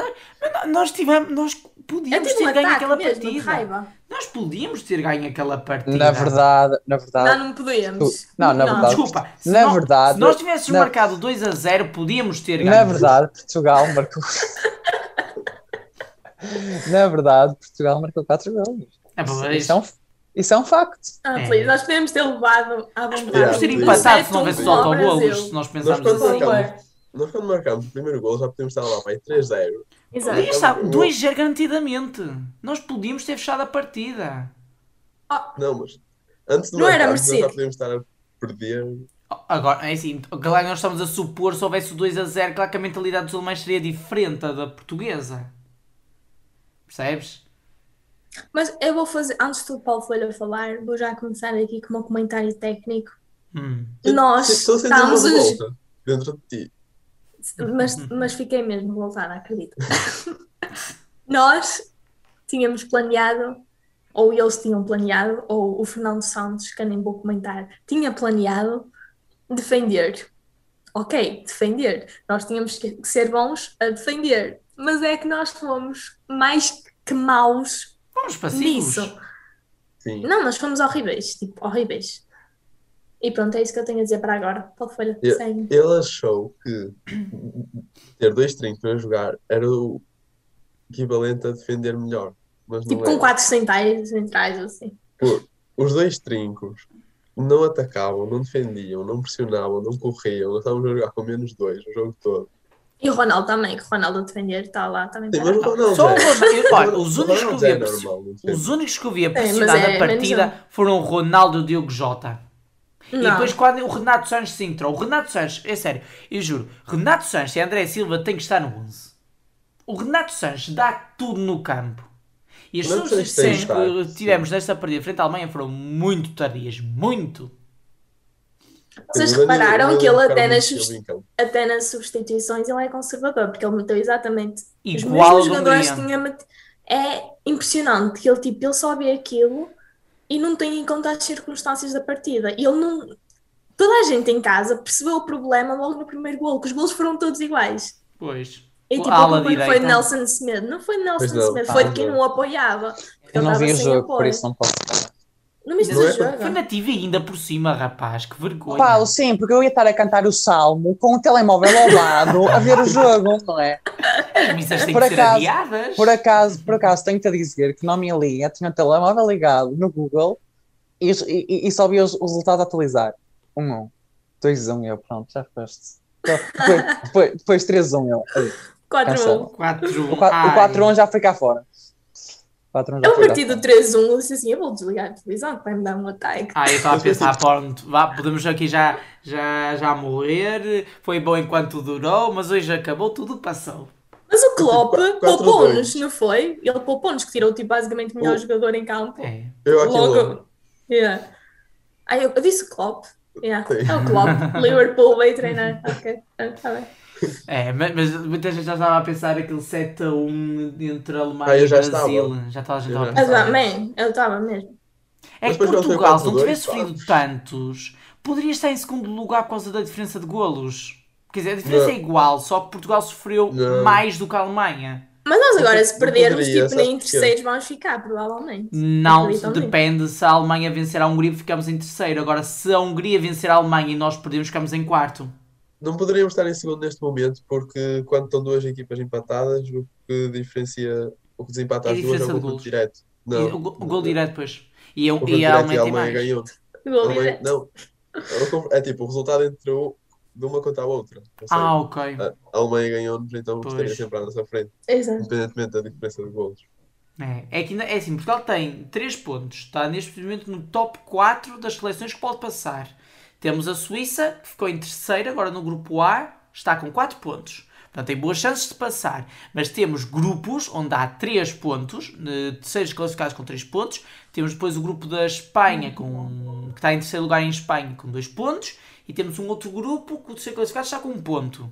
S4: nó- nós tivemos, nós
S1: Eu
S4: podíamos
S1: tive um
S4: ter ganho aquela
S1: ataque mesmo, de
S4: partida.
S1: raiva.
S4: Nós podíamos ter ganho aquela partida.
S2: Na verdade, na
S1: Não,
S2: verdade.
S1: não
S2: tu-
S1: podíamos.
S2: Ah. Não, na verdade.
S4: Desculpa, se,
S2: Na
S4: nó-
S2: verdade-
S4: se nós tivéssemos
S2: na-
S4: marcado 2 a 0, podíamos ter ganho.
S2: Na verdade, Portugal marcou. na verdade, Portugal marcou 4 gols.
S4: É, pá, mas
S2: Isso é um, isso é um facto.
S1: Ah,
S4: É.
S1: please, nós podemos ter levado à vontade.
S4: Podíamos ter
S3: Yeah.
S4: empatado
S1: Isso é
S4: se não houvesse os
S1: tão bom ao
S4: autogolos,
S1: Brasil.
S4: se nós
S3: Nós
S4: pensámos
S3: quando,
S1: é
S4: assim.
S3: marcamos, nós quando marcamos o primeiro gol já podíamos estar lá, vai 3-0.
S1: Exato.
S4: Podíamos estar 2 0 garantidamente. Nós podíamos ter fechado a partida.
S3: Não, mas antes de
S1: Não era
S3: marcarmos, nós já
S1: merecido.
S3: podíamos estar a perder.
S4: Agora, é assim, claro que nós estamos a supor se houvesse o 2 a 0, claro que a mentalidade dos alemães seria diferente da da portuguesa. Percebes?
S1: Mas eu vou fazer, antes do Paulo Folha falar, vou já começar aqui com um comentário técnico.
S4: Hum.
S1: Nós
S3: Estou sentindo uma
S1: estamos os-
S3: revolta dentro de ti.
S1: Mas, mas fiquei mesmo revoltada, acredito. Nós tínhamos planeado, ou eles tinham planeado, ou o Fernando Santos, que eu nem vou comentar, tinha planeado defender. Ok, defender. Nós tínhamos que que ser bons a defender. Mas é que nós fomos mais que maus
S4: Vamos passivos.
S1: nisso.
S3: Sim.
S1: Não, nós fomos horríveis, tipo, horríveis. E pronto, é isso que eu tenho a dizer para agora. Qual foi?
S3: Eu-
S1: Segue.
S3: Ele achou que ter dois trinques para jogar era o equivalente a defender melhor. Mas não é.
S1: Tipo, com
S3: era.
S1: quatro centais, centrais, assim.
S3: Os dois trincos não atacavam, não defendiam, não pressionavam, não corriam. Nós estávamos a jogar com menos dois o jogo todo.
S1: E o Ronaldo também, que o Ronaldo a defender está lá também.
S3: Sim,
S1: para-
S3: mas o Ronaldo
S4: Só o
S3: é-
S4: Ronaldo-
S3: o
S4: olha,
S3: Ronaldo-
S4: os
S3: o
S4: únicos que
S3: Ronaldo
S4: eu
S3: é
S4: ia perce-
S3: normal, não defende.
S4: Os únicos que eu via
S1: mas
S4: pressionar
S1: é
S4: a
S1: menos
S4: partida foram o Ronaldo e o Diogo Jota.
S1: Não.
S4: E depois quando o Renato Sanches se entrou. O Renato Sanches, é sério, eu juro, Renato Sanches e André Silva têm que estar no 11. O Renato Sanches dá tudo no campo. E as
S3: Renato
S4: soluções
S3: Sanches tem
S4: que
S3: destaque,
S4: tivemos nesta partida frente à Alemanha foram muito tardias. Muito.
S1: Vocês
S3: Sim, o Danilo-
S1: repararam
S3: o
S1: que ele
S3: Danilo
S1: até
S3: ficaram
S1: nas,
S3: muito
S1: subs-
S3: tempo em campo.
S1: até nas substituições ele é conservador, porque ele meteu exatamente os
S4: Igual
S1: mesmos
S4: ao do
S1: jogadores que
S4: Adriano.
S1: tinha met... É impressionante que ele, tipo, ele só vê aquilo e não tem em conta as circunstâncias da partida. E ele não. Toda a gente em casa percebeu o problema logo no primeiro gol, que os gols foram todos iguais.
S4: Pois.
S1: E
S4: O
S1: tipo,
S4: ala
S1: a culpa foi
S4: direita.
S1: de Nelson Semedo. Não foi de Nelson
S3: Pois não,
S1: Semedo,
S3: tá,
S1: foi de quem
S3: não.
S1: não o apoiava.
S2: Eu não
S1: Ele
S2: vi
S1: tava
S2: o
S1: sem
S2: jogo,
S1: apoio.
S2: por isso não posso.
S1: No mesmo
S3: Não é?
S1: jogo.
S4: Foi na TV ainda por cima, rapaz, que vergonha.
S2: Paulo, sim, porque eu ia estar a cantar o salmo com o telemóvel ao lado a ver o jogo, não é?
S4: As missas têm
S2: Por
S4: que ser
S2: acaso-
S4: adiadas.
S2: Por acaso, por acaso, tenho-te a dizer que não me lia, tinha o telemóvel ligado no Google e, e, e só via os, os resultados a atualizar. 1 um, 1 2 1 eu, pronto, já foste. Então, Depois, depois, depois 3 1 eu. Ui,
S1: 4-1.
S2: cancela.
S4: 4
S2: O 4 1 já foi cá fora. 4 1 já
S1: Eu
S2: foi cá
S1: parti do
S2: fora.
S1: 3-1, eu disse assim, eu vou desligar a televisão, que vai me dar um ataque.
S4: Ah, eu estava a pensar, pronto, vá, podemos aqui já, já, já morrer, foi bom enquanto durou, mas hoje acabou, tudo passou.
S1: Mas o Klopp
S3: Quatro- quatro,
S1: poupou-nos,
S3: dois.
S1: não foi? Ele poupou-nos, que tirou tipo, basicamente o melhor
S3: O-
S1: jogador em campo.
S4: É.
S3: Eu aqui
S1: Logo. Yeah. Ah, eu, eu disse Klopp. Yeah.
S3: Sim.
S1: É o Klopp. Liverpool vai treinar. Ok, Ah, tá bem.
S4: É, mas, mas muita gente já estava a pensar aquele 7 a 1 entre Alemanha
S3: Ah, eu
S4: e
S3: já
S4: Brasil.
S3: estava.
S4: Já estava, já
S3: Eu já
S4: estava a
S1: Mas,
S4: pensar.
S1: ah, man, eu estava mesmo.
S4: É
S3: Mas
S4: que
S3: depois quando foi
S4: Portugal, se não
S3: 4-2,
S4: tivesse sofrido tantos, poderia estar em segundo lugar por causa da diferença de golos. Quer dizer, a diferença
S3: Não.
S4: é igual, só que Portugal sofreu
S3: Não.
S4: mais do que a Alemanha.
S1: Mas nós
S3: Não
S1: agora,
S3: pod-
S1: se
S3: não
S1: perdermos,
S3: poderia,
S1: tipo, nem em
S3: sabes porquê?
S1: terceiros vamos ficar, provavelmente.
S4: Não,
S1: Acredito nisso.
S4: depende se a Alemanha vencer a Hungria, ficamos em terceiro. Agora, se a Hungria vencer a Alemanha e nós perdemos, ficamos em quarto.
S3: Não poderíamos estar em segundo neste momento, porque quando estão duas equipas empatadas, o que diferencia, o que desempata
S4: É a
S3: as duas é
S4: diferença
S3: o
S4: de
S3: gol
S4: golos.
S3: direto.
S4: E
S3: Não,
S4: o go- o
S3: não.
S4: gol direto, depois. E, eu,
S3: O gol
S4: e a
S3: direto é e
S4: Alemanha tem mais.
S3: ganhou. A
S1: Gol
S3: Alemanha-
S1: direto.
S3: não. Eu conf- É tipo o resultado entre o, de uma contra a outra. Ou seja,
S4: Ah, ok.
S3: a Alemanha ganhou-nos, então
S4: Pois.
S3: estaria sempre à nossa frente,
S1: Exato.
S3: independentemente da diferença de golos.
S4: É, é que ainda, é assim, Portugal tem 3 pontos, está neste momento no top 4 das seleções que pode passar. Temos a Suíça, que ficou em terceiro, agora no grupo A, está com 4 pontos. Portanto, tem boas chances de passar. Mas temos grupos onde há 3 pontos, eh, terceiros classificados com 3 pontos. Temos depois o grupo da Espanha, com, que está em terceiro lugar em Espanha, com 2 pontos. E temos um outro grupo que o terceiro classificado está com 1 ponto.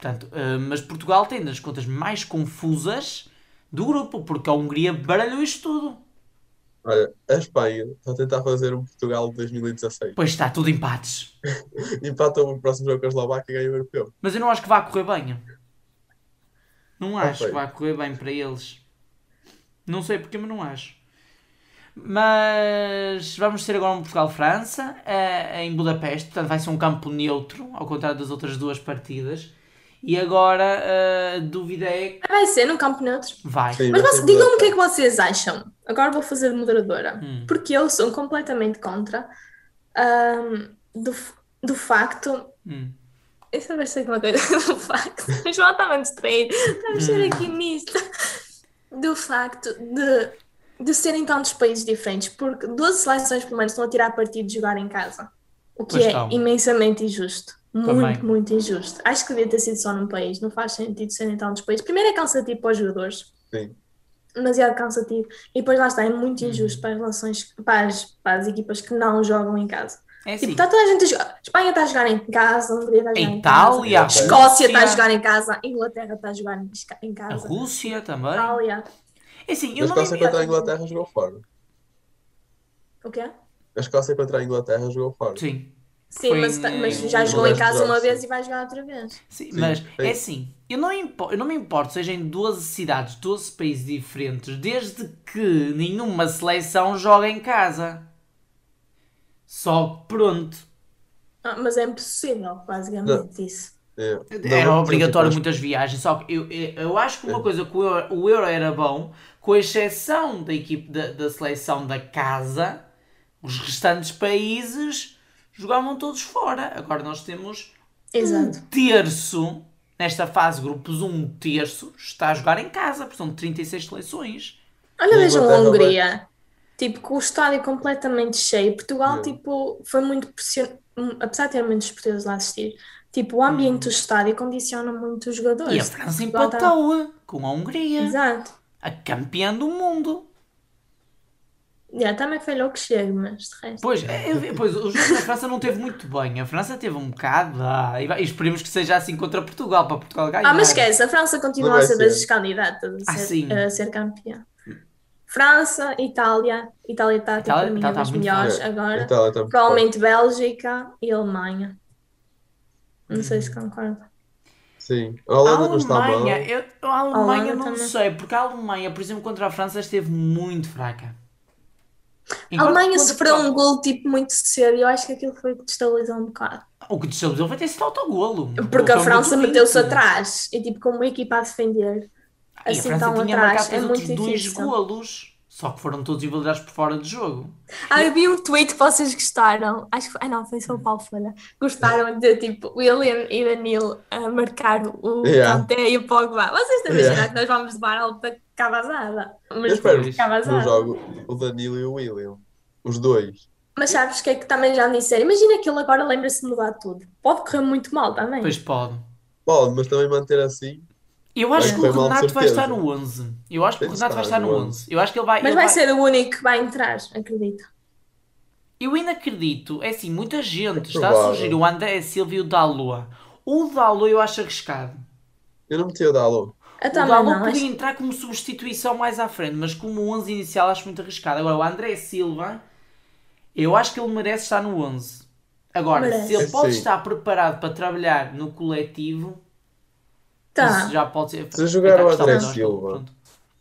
S4: Portanto, eh, mas Portugal tem das contas mais confusas do grupo, porque a Hungria baralhou isto tudo.
S3: Olha, a Espanha está a tentar fazer um Portugal de 2016.
S4: Pois está, tudo empates.
S3: Empatam o próximo jogo com a Eslováquia e ganham o europeu.
S4: Mas eu não acho que vá correr bem. Não
S3: Ah,
S4: acho que
S3: pois.
S4: vá correr bem para eles. Não sei porque, mas não acho. Mas vamos ter agora um Portugal-França eh, em Budapeste, portanto vai ser um campo neutro, ao contrário das outras duas partidas. E agora a dúvida é.
S1: Ah, Vai ser num campo neutro.
S4: Vai.
S3: Sim,
S1: Mas
S3: vai
S1: vocês-
S3: ser
S1: digam-me o
S3: verdade.
S1: que é que vocês acham. Agora vou fazer de moderadora.
S4: Hum.
S1: Porque eu sou completamente contra ahm, do, f- do facto.
S4: Hum.
S1: Eu só sei uma coisa do facto. O João tá está a distrair. Está Tá a
S4: Hum.
S1: mexer aqui nisto. Do facto de, de serem tantos países diferentes. Porque 12 seleções, pelo menos, estão a tirar partido de jogar em casa. O que
S4: Pois
S1: é
S4: estão.
S1: imensamente injusto. Muito,
S4: Também.
S1: muito injusto. Acho que devia ter sido só num país. Não faz sentido serem tantos países. Primeiro é cansativo para os jogadores
S3: Sim.
S1: demasiado cansativo. E depois lá está, é muito
S4: Uhum.
S1: injusto para as relações, para as, para as equipas que não jogam em casa.
S4: É assim.
S1: Tipo, está toda a gente a jogar. Espanha está a jogar em casa, Hungria está a
S4: A
S1: jogar em casa.
S4: Itália, a
S1: Escócia está a
S4: Rússia,
S1: jogar em casa, Inglaterra está a jogar em ca- em
S4: a
S1: casa.
S4: Rússia também.
S1: Itália.
S4: É assim,
S3: A
S4: eu não
S3: Escócia
S4: me-
S3: contra a Inglaterra jogou fora.
S1: O quê?
S3: A Escócia contra a Inglaterra jogou fora.
S4: Sim.
S1: Sim,
S4: Foi
S1: mas, tá-
S4: em-
S1: mas já
S4: em
S1: jogou em
S3: Budapeste,
S1: casa uma
S3: sim.
S1: vez e vai jogar outra vez.
S4: Sim,
S3: Sim,
S4: mas é
S3: é.
S4: assim, eu não, impo- eu não me importo, seja em 12 cidades, 12 países diferentes, desde que nenhuma seleção joga em casa. Só que pronto.
S1: Ah, mas é impossível, basicamente, isso.
S3: É. Não,
S4: Era
S3: não,
S4: obrigatório
S3: tipo,
S4: muitas viagens, só que eu, eu, eu acho que uma coisa que o Euro, o Euro era bom, com exceção da equipe da, da seleção da casa, os restantes países jogavam todos fora. Agora nós temos
S1: Exato.
S4: um terço, nesta fase grupos, um terço está a jogar em casa, porque são 36 seleções.
S1: Olha,
S3: E
S1: vejam a
S3: Inglaterra
S1: Hungria. Tipo, com o estádio completamente cheio. Portugal,
S3: Yeah.
S1: tipo, foi muito pressionado. Apesar de ter muitos portugueses lá a assistir, tipo, o ambiente do estádio condiciona muito os
S4: Uhum. E a
S1: jogadores.
S4: França
S1: Portugal tá-
S4: empatou com a Hungria,
S1: Exato.
S4: a campeã do mundo.
S1: Yeah, também falhou que chega, mas de resto.
S4: Pois, é, é, pois o jogo da França não teve muito bem. A França teve um bocado. ah, e vai- e esperemos que seja assim contra Portugal, para Portugal ganhar.
S1: Ah, mas esquece, a França continua
S3: Não
S1: a
S3: vai
S1: ser
S3: ser.
S1: das candidatas a
S4: Ah,
S1: ser,
S4: sim.
S1: a ser campeã. França, Itália. Itália está, tipo,
S4: Itália-
S1: para mim,
S4: Itália tá
S1: das
S4: muito
S1: melhores
S3: forte.
S1: agora.
S3: Então, ela está muito
S1: Provavelmente Bélgica e Alemanha. Não sei
S4: Hum.
S1: se concordo.
S3: forte. Sim. A
S4: A
S3: Holanda não está mal.
S4: Alemanha, é eu, a Alemanha
S1: Holanda
S4: não
S1: também.
S4: sei, porque a Alemanha, por exemplo, contra a França esteve muito fraca.
S1: A
S4: Enquanto-
S1: Alemanha
S4: enquanto
S1: sofreu
S4: Portugal-
S1: um gol tipo muito cedo e eu acho que aquilo foi que destabilizou um bocado.
S4: O que destabilizou foi ter sido autogolo.
S1: Porque a
S4: Foi um muito
S1: França
S4: bonito.
S1: meteu-se atrás e tipo com uma equipa a defender
S4: E
S1: assim
S4: a França
S1: tão
S4: tinha
S1: atrás
S4: marcado
S1: é
S4: os
S1: muito
S4: outros dois
S1: difícil.
S4: golos. Só que foram todos invalidados por fora de jogo.
S1: Ah, eu vi um tweet que vocês gostaram. Acho que foi. Ah, não, foi São Paulo Folha. Gostaram de tipo William e Danilo a marcar o
S3: Yeah.
S1: Kanté e o Pogba. Vocês estão a
S3: Yeah.
S1: imaginar que nós vamos levar algo para Cavazada.
S3: Eu
S1: Mas
S3: espero
S4: depois-
S1: Cavazada.
S3: no jogo o Danilo e o William. Os dois.
S1: Mas sabes o que é que também já me disseram? Imagina que ele agora lembra-se de mudar tudo. Pode correr muito mal também.
S4: Pois pode.
S3: Pode, mas também manter assim.
S4: Eu acho
S3: Vai
S4: que o
S3: correr mal, de
S4: Renato vai
S3: certeza.
S4: estar no 11. Eu acho que o
S3: Tem de
S4: Renato vai
S3: estar
S4: estar no
S3: no
S4: 11. Eu acho que ele vai.
S1: Mas
S4: ele
S1: vai
S4: vai-
S1: ser o único que vai entrar, acredito.
S4: Eu ainda acredito, é assim, muita gente
S3: É
S4: está a
S3: provável.
S4: surgir o André Silva e o Dalua. O Dalua eu acho arriscado.
S3: Eu não meti o Dalo.
S1: Eu
S4: o
S1: também
S4: Dalua
S1: Então, não,
S4: podia
S1: acho-
S4: um entrar como substituição mais à frente, mas como 11 inicial acho muito arriscado. Agora, o André Silva, eu acho que ele merece estar no 11. Agora,
S1: Merece.
S4: se ele
S3: É,
S4: pode
S3: sim.
S4: estar preparado para trabalhar no coletivo,
S1: Tá.
S4: isso já pode ser.
S3: Se jogar o
S4: Está
S3: André
S4: questão, é
S3: Silva.
S4: pronto.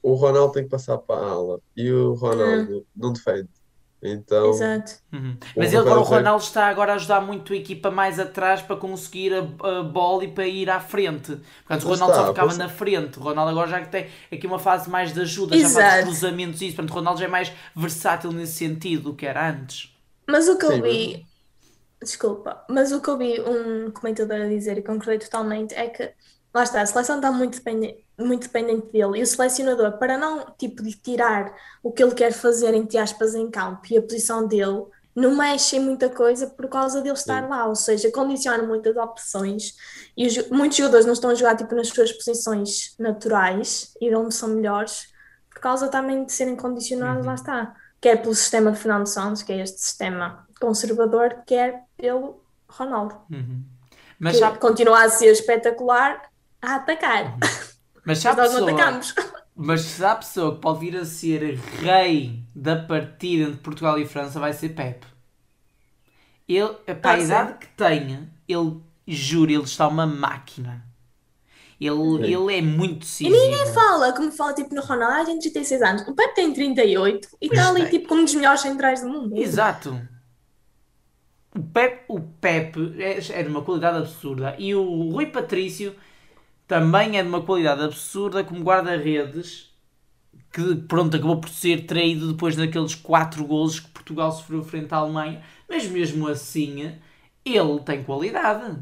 S3: O Ronaldo tem que passar para a ala. E o Ronaldo não defende. Então,
S1: Exato.
S4: Uhum.
S3: O
S4: Mas ele agora o
S3: Rafael
S4: Ronaldo está agora a ajudar muito a equipa mais atrás para conseguir a, a bola e para ir à frente. Portanto, o
S3: Pois
S4: Ronaldo só
S3: está,
S4: ficava
S3: pois-
S4: na frente. O Ronaldo agora já que tem aqui uma fase mais de ajuda, já
S1: Exato.
S4: faz os cruzamentos e isso. Portanto, o Ronaldo já é mais versátil nesse sentido do que era antes.
S1: Mas o que eu
S3: Sim, mas-
S1: vi, desculpa, mas o que eu vi um comentador a dizer e concordei totalmente é que, lá está, a seleção está muito dependente, muito dependente dele e o selecionador, para não, tipo, lhe tirar o que ele quer fazer, entre aspas, em campo e a posição dele, não mexe em muita coisa por causa dele estar
S3: Sim.
S1: lá, ou seja, condiciona muitas opções e os jo- muitos jogadores não estão a jogar, tipo, nas suas posições naturais e de onde são melhores por causa também de serem condicionados,
S4: Uhum.
S1: lá está. Quer pelo sistema de Fernando Santos, que é este sistema conservador, quer pelo Ronaldo,
S4: Uhum. Mas
S1: que
S4: já,
S1: continua a ser espetacular a atacar.
S4: mas já
S1: Mas nós não
S4: pessoa-
S1: atacamos.
S4: Mas se há pessoa que pode vir a ser rei da partida entre Portugal e França, vai ser Pepe. Ele, epá, a
S1: Ah, sim.
S4: idade que tem, ele, juro, ele está uma máquina. Ele,
S3: Sim.
S4: ele é muito
S1: E
S4: decisivo.
S1: ninguém fala, como fala tipo no Ronaldo, ah, a gente tem 6 anos. O Pepe tem 38 e
S4: Pois
S1: está ali
S4: tem.
S1: tipo como um dos melhores centrais do mundo.
S4: Exato. O Pepe, o Pepe é, é de uma qualidade absurda. E o Rui Patrício também é de uma qualidade absurda como guarda-redes. Que pronto, acabou por ser traído depois daqueles quatro golos que Portugal sofreu frente à Alemanha. Mas mesmo assim, ele tem qualidade.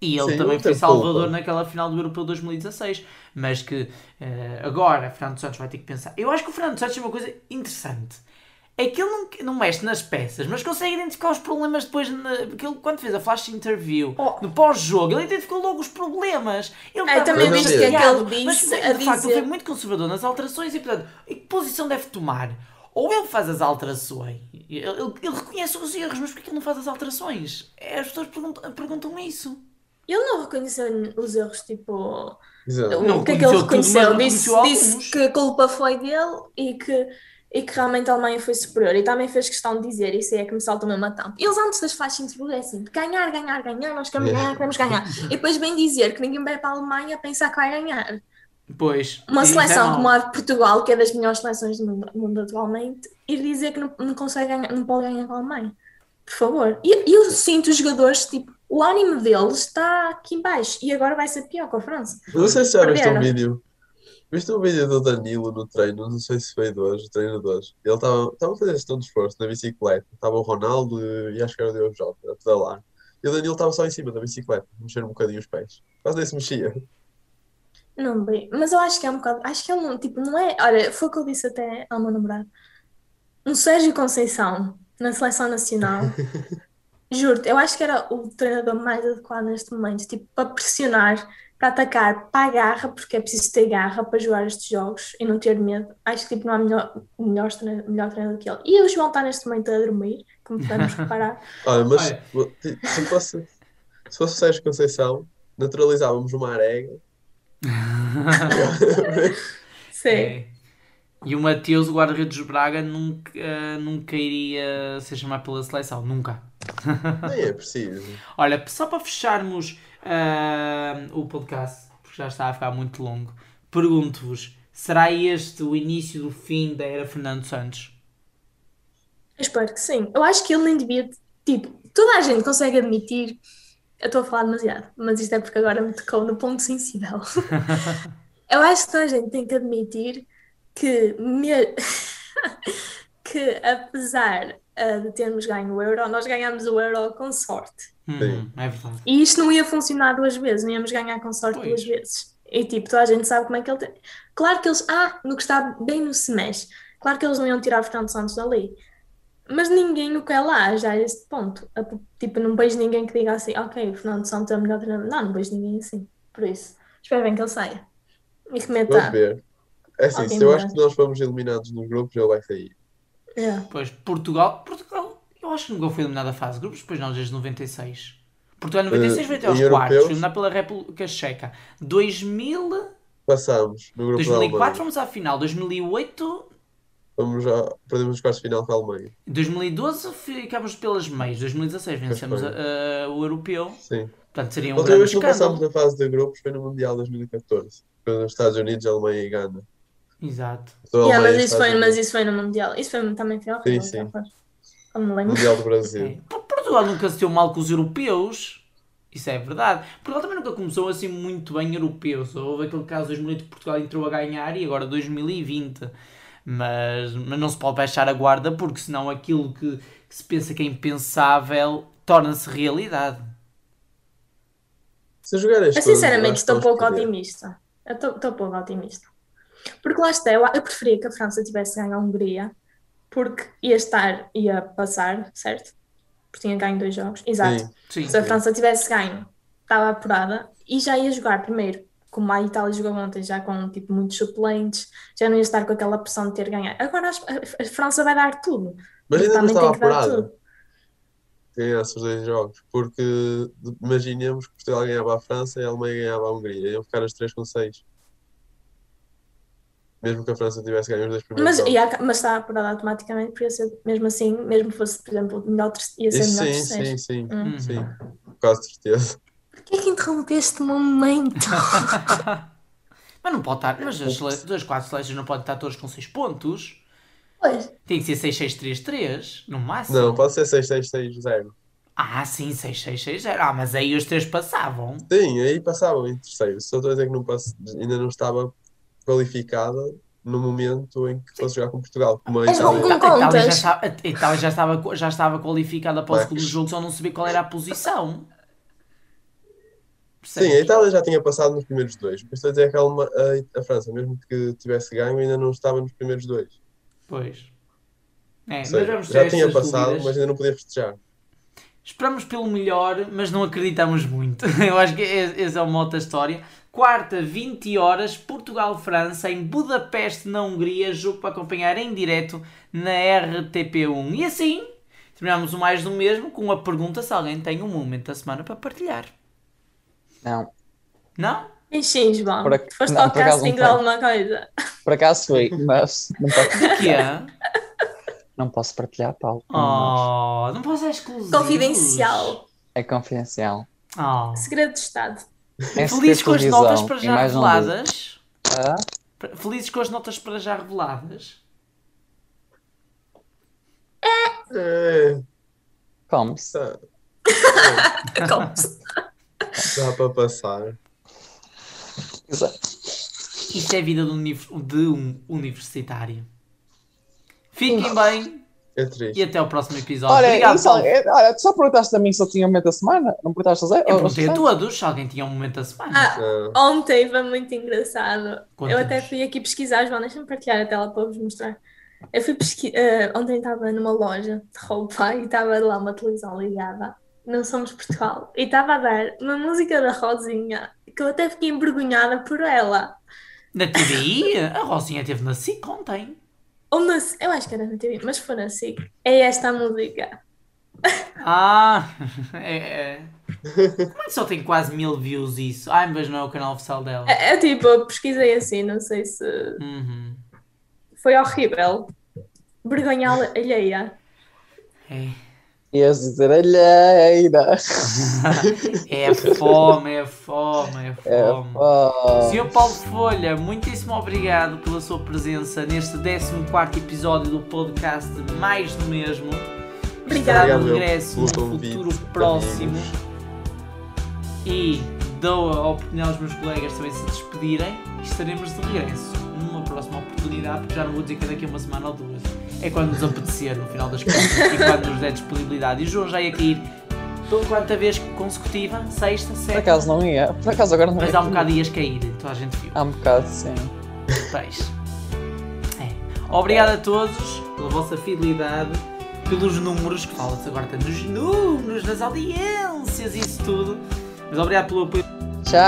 S4: E ele
S3: Sim,
S4: também
S3: não
S4: foi
S3: tem
S4: salvador
S3: culpa.
S4: naquela final do Europeu 2016. Mas que eh, agora Fernando Santos vai ter que pensar. Eu acho que o Fernando Santos é uma coisa interessante. É que ele não, não mexe nas peças, mas consegue identificar os problemas depois. Na, porque ele, quando fez a flash interview
S1: Oh.
S4: no pós-jogo, ele identificou logo os problemas. Ele
S1: Ah, eu
S4: estava
S1: também
S3: vi
S4: muito
S3: que é
S1: que ele
S4: chateado,
S1: disse
S4: mas,
S1: a
S4: de facto, ele
S1: dizer-
S4: foi muito conservador nas alterações e, portanto, e que posição deve tomar? Ou ele faz as alterações, ele, ele- ele reconhece os erros, mas porquê que ele não faz as alterações? É, As pessoas perguntam, perguntam isso.
S1: Ele não reconheceu os erros, tipo,
S3: exato.
S4: Não
S1: o que é que ele
S4: reconheceu
S1: reconheceu?
S4: tudo, mas
S1: Disse,
S4: reconheceu
S1: disse
S4: alguns.
S1: que a culpa foi dele e que, e que realmente a Alemanha foi superior. E também fez questão de dizer, isso aí é que me salta mesmo a tampa. Eles antes das faixas de é assim, ganhar, ganhar, ganhar, nós queremos
S3: Yeah.
S1: ganhar,
S4: É.
S1: queremos ganhar. E depois vem dizer que ninguém vai para a Alemanha pensar que vai ganhar.
S4: Pois.
S1: Uma
S4: isso é
S1: seleção
S4: mau.
S1: como a de Portugal, que é das melhores seleções do mundo, mundo atualmente, ir dizer que não, não consegue ganhar, não pode ganhar com a Alemanha. Por favor. E eu sinto os jogadores, tipo, o ânimo deles está aqui em baixo e agora vai ser pior com a França.
S3: Não sei se já viste um
S1: Perderam.
S3: vídeo. Viste um vídeo do Danilo no treino, não sei se foi de hoje, o treino de hoje. Ele estava estava a fazer gestão de esforço na bicicleta. Estava o Ronaldo e acho que era o Diogo Jota a pedalar. E o Danilo estava só em cima da bicicleta, a mexer um bocadinho os pés. Quase nem se mexia.
S1: Não bem, mas eu acho que é um bocado, acho que é um, tipo, não é, olha, foi o que eu disse até ao meu namorado. Um Sérgio Conceição na seleção nacional, juro-te, eu acho que era o treinador mais adequado neste momento, tipo, para pressionar, para atacar, para a garra, porque é preciso ter garra para jogar estes jogos e não ter medo. Acho que tipo, não há melhor, melhor, treinador, melhor treinador que ele. E o João está neste momento a dormir, como podemos reparar.
S3: Olha, mas
S4: Olha.
S3: se fosse, se fosse o Sérgio Conceição, naturalizávamos uma arega.
S1: Sim.
S4: É. E o Mateus, o guarda-redes de Braga, nunca, eh, nunca iria ser chamado pela seleção. Nunca.
S3: Nem é preciso.
S4: Olha, só para fecharmos ah, o podcast, porque já está a ficar muito longo, pergunto-vos: será este o início do fim da era Fernando Santos?
S1: Eu espero que sim. Eu acho que ele nem devia. Tipo, toda a gente consegue admitir. Eu estou a falar demasiado, mas isto é porque agora me tocou no ponto sensível. Eu acho que toda a gente tem que admitir que, me- que apesar ah, de termos ganho o euro, nós ganhamos o euro com sorte.
S4: Hum, é verdade.
S1: E isto não ia funcionar duas vezes, não íamos ganhar com sorte
S4: Pois.
S1: duas vezes. E tipo, toda a gente sabe como é que ele tem. Claro que eles. Ah, no que está bem no semestre. Claro que eles não iam tirar o Fernando Santos dali. Mas ninguém o quer lá, já a este ponto. A- Tipo, não vejo ninguém que diga assim, ok, o Fernando Santos é o melhor treinador. Não, não vejo ninguém assim. Por isso, espero bem que ele saia. E que meta.
S3: Vamos ver. É assim,
S1: Alguém
S3: se eu
S1: me
S3: acho que nós fomos eliminados nos grupos, ele vai sair.
S1: É.
S4: Depois, Portugal. Portugal, eu acho que nunca foi eliminado da fase de grupos, depois não, desde 96. Portugal em 96 veio até
S3: Eh,
S4: aos
S3: em
S4: quartos,
S3: europeus?
S4: eliminado pela República Checa. 2000,
S3: Passámos no grupo da
S4: 2004
S3: Alemanha.
S4: fomos à final, 2008,
S3: Vamos já, perdemos os quartos de final com a Alemanha.
S4: 2012 ficámos pelas meias, 2016 vencemos
S3: Pois
S4: a- a- o europeu.
S3: Sim.
S4: Portanto, seria
S3: A
S4: um
S3: Outra vez
S4: grande
S3: que não passámos
S4: escândalo.
S3: na fase de grupos foi no Mundial 2014. Pelos Estados Unidos, Alemanha e Gana.
S4: Exato.
S3: Então,
S1: Yeah,
S3: Alemanha
S1: mas,
S3: e
S1: isso foi,
S3: Estados
S1: mas
S3: Unidos.
S1: isso foi no Mundial. Isso foi, também foi ao
S3: Sim,
S1: Rio,
S3: sim.
S1: já foi. Como me lembro.
S3: Mundial do Brasil.
S4: É. Por- Portugal nunca se deu mal com os europeus. Isso é verdade. Portugal também nunca começou assim muito bem europeu. Só houve aquele caso de 2008 que Portugal entrou a ganhar e agora 2020. Mas, mas não se pode baixar a guarda porque senão aquilo que, que se pensa que é impensável torna-se realidade.
S3: Se jogar as
S1: Eu
S3: coisas,
S1: sinceramente
S3: acho que
S1: estou
S3: vamos
S1: pouco
S3: perder.
S1: otimista. Eu estou estou pouco otimista. Porque lá está, eu, eu preferia que a França tivesse ganho a Hungria, porque ia estar, ia passar, certo? Porque tinha ganho dois jogos. Exato.
S3: Sim.
S4: Sim.
S1: Se a França tivesse ganho, estava apurada e já ia jogar primeiro, como a Itália jogou ontem, já com tipo, muitos suplentes, já não ia estar com aquela pressão de ter ganho. Agora as- a, a França vai dar tudo.
S3: Mas ainda não
S1: Também
S3: estava
S1: tem que dar
S3: apurada.
S1: tudo.
S3: Ganhar esses dois jogos. Porque imaginemos que Portugal ganhava a França e a Alemanha ganhava a Hungria. Iam ficar as três com seis. Mesmo que a França tivesse ganho os dois primeiros
S1: Mas,
S3: jogos.
S1: e há- mas está apurada automaticamente, por isso, mesmo assim, mesmo que fosse, por exemplo, o melhor, ter- ia ser o
S3: Isso
S1: é melhor
S3: sim,
S1: terceiro.
S3: sim, sim.
S1: Hum.
S4: Uhum.
S3: Sim. Quase certeza.
S1: Porquê é que interrompeste o momento?
S4: Mas não pode estar. Mas as, sele- as quatro seleções não podem estar todas com 6 pontos.
S1: Pois,
S4: Tem que ser 6-6-3-3 no máximo.
S3: Não, pode ser 6-6-6-0.
S4: Ah, sim, 6-6-6-0. Ah, mas aí os três passavam.
S3: Sim, aí passavam em terceiro. Só estou a dizer que não pass- ainda não estava qualificada no momento em que fosse jogar com Portugal. Como a
S1: És bom
S3: Itália.
S1: com-
S4: Então, Itália já
S1: contas.
S4: estava, a Itália já estava, já estava qualificada para o
S3: Mas-
S4: segundo jogo, só não sabia qual era a posição.
S3: Sim,
S4: Percebes?
S3: a Itália já tinha passado nos primeiros dois. Mas estou a dizer que a, Alema- a- a França, mesmo que tivesse ganho, ainda não estava nos primeiros dois.
S4: Pois. É,
S3: Ou
S4: mas
S3: seja,
S4: vamos ter
S3: já tinha
S4: estas
S3: passado,
S4: dúvidas.
S3: mas ainda não podia festejar.
S4: Esperamos pelo melhor, mas não acreditamos muito. Eu acho que e- esse é o mote da história. Quarta, 20 horas, Portugal-França, em Budapeste, na Hungria. Jogo para acompanhar em direto na RTP1. E assim, terminamos o mais do mesmo com a pergunta se alguém tem um momento da semana para partilhar.
S2: Não,
S4: Não?
S1: beijinhos, bom.
S2: Por ac-
S1: Foste
S2: não,
S1: ao
S2: por acaso não
S1: casting de
S2: foi.
S1: alguma coisa.
S2: por acaso fui, mas não posso,
S4: O que é?
S2: não posso partilhar, Paulo. Não,
S4: Oh, não posso ser exclusivo.
S1: Confidencial.
S2: É confidencial.
S4: Oh.
S1: Segredo de Estado.
S2: É
S4: Felizes com as
S2: televisão
S4: notas para
S2: e
S4: já
S2: mais um não digo.
S4: reveladas.
S2: Ah,
S4: Pre- Felizes com as notas para já reveladas.
S3: É,
S2: como? se-
S3: tá.
S1: Como se-
S3: Dá para passar.
S2: Exato.
S4: Isto é a vida de um, unif- de um universitário. Fiquem bem
S3: É
S4: e
S3: triste.
S4: até ao próximo episódio.
S2: Olha,
S4: Obrigado,
S2: isso,
S4: Paulo.
S2: é- olha, tu só perguntaste a mim se eu tinha um momento da semana? Não perguntaste a Zé?
S4: Eu
S2: Ou-
S4: perguntei a
S2: ou-
S4: todos se alguém tinha um momento da semana.
S1: Ah,
S3: Não.
S1: ontem foi muito engraçado. Eu
S4: Conta-nos.
S1: até fui aqui pesquisar, João, deixa-me partilhar a tela para vos mostrar. Eu fui pesqui... eh, ontem estava numa loja de roupa e estava lá uma televisão ligada. Não somos Portugal. E estava a dar uma música da Rosinha que eu até fiquei envergonhada por ela.
S4: Na TVI, a Rosinha teve na SIC ontem.
S1: Ou na... Eu acho que era na TV, mas foi na SIC. É esta a música.
S4: Ah, é, é. Como é que só tem quase mil views isso? Ai, mas não é o canal oficial dela.
S1: É, é tipo, eu pesquisei assim, não sei se.
S4: Uhum.
S1: Foi horrível. Vergonha alheia.
S4: É.
S2: Ias dizer alheira.
S4: É fome, é fome, é
S2: É,
S4: fome.
S2: pá.
S4: Senhor Paulo Folha, muitíssimo obrigado pela sua presença neste 14 episódio do podcast Mais do Mesmo. Estará
S1: Obrigada.
S4: de
S3: Obrigado eu
S4: regresso no
S3: pelo convite,
S4: futuro
S3: amigos.
S4: próximo. E dou a oportunidade aos meus colegas também se despedirem. e Estaremos de regresso numa próxima oportunidade, porque já não vou dizer que é daqui a uma semana ou duas. É quando nos apetecer, no final das contas, e quando nos der disponibilidade. E o João já ia cair pela quarta vez consecutiva, sexta,
S2: Por
S4: sétima.
S2: acaso não ia. Por acaso agora não
S4: Mas
S2: ia.
S4: há um bocado ias cair, toda a gente viu.
S2: Há um bocado, sim.
S4: Peixe. É. Obrigado a todos pela vossa fidelidade, pelos números que fala-se agora tanto nos números, nas audiências, isso tudo. Mas obrigado pelo apoio.
S2: Tchau.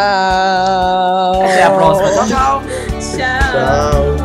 S4: Até à próxima. Tchau, tchau.
S1: Tchau.
S3: Tchau.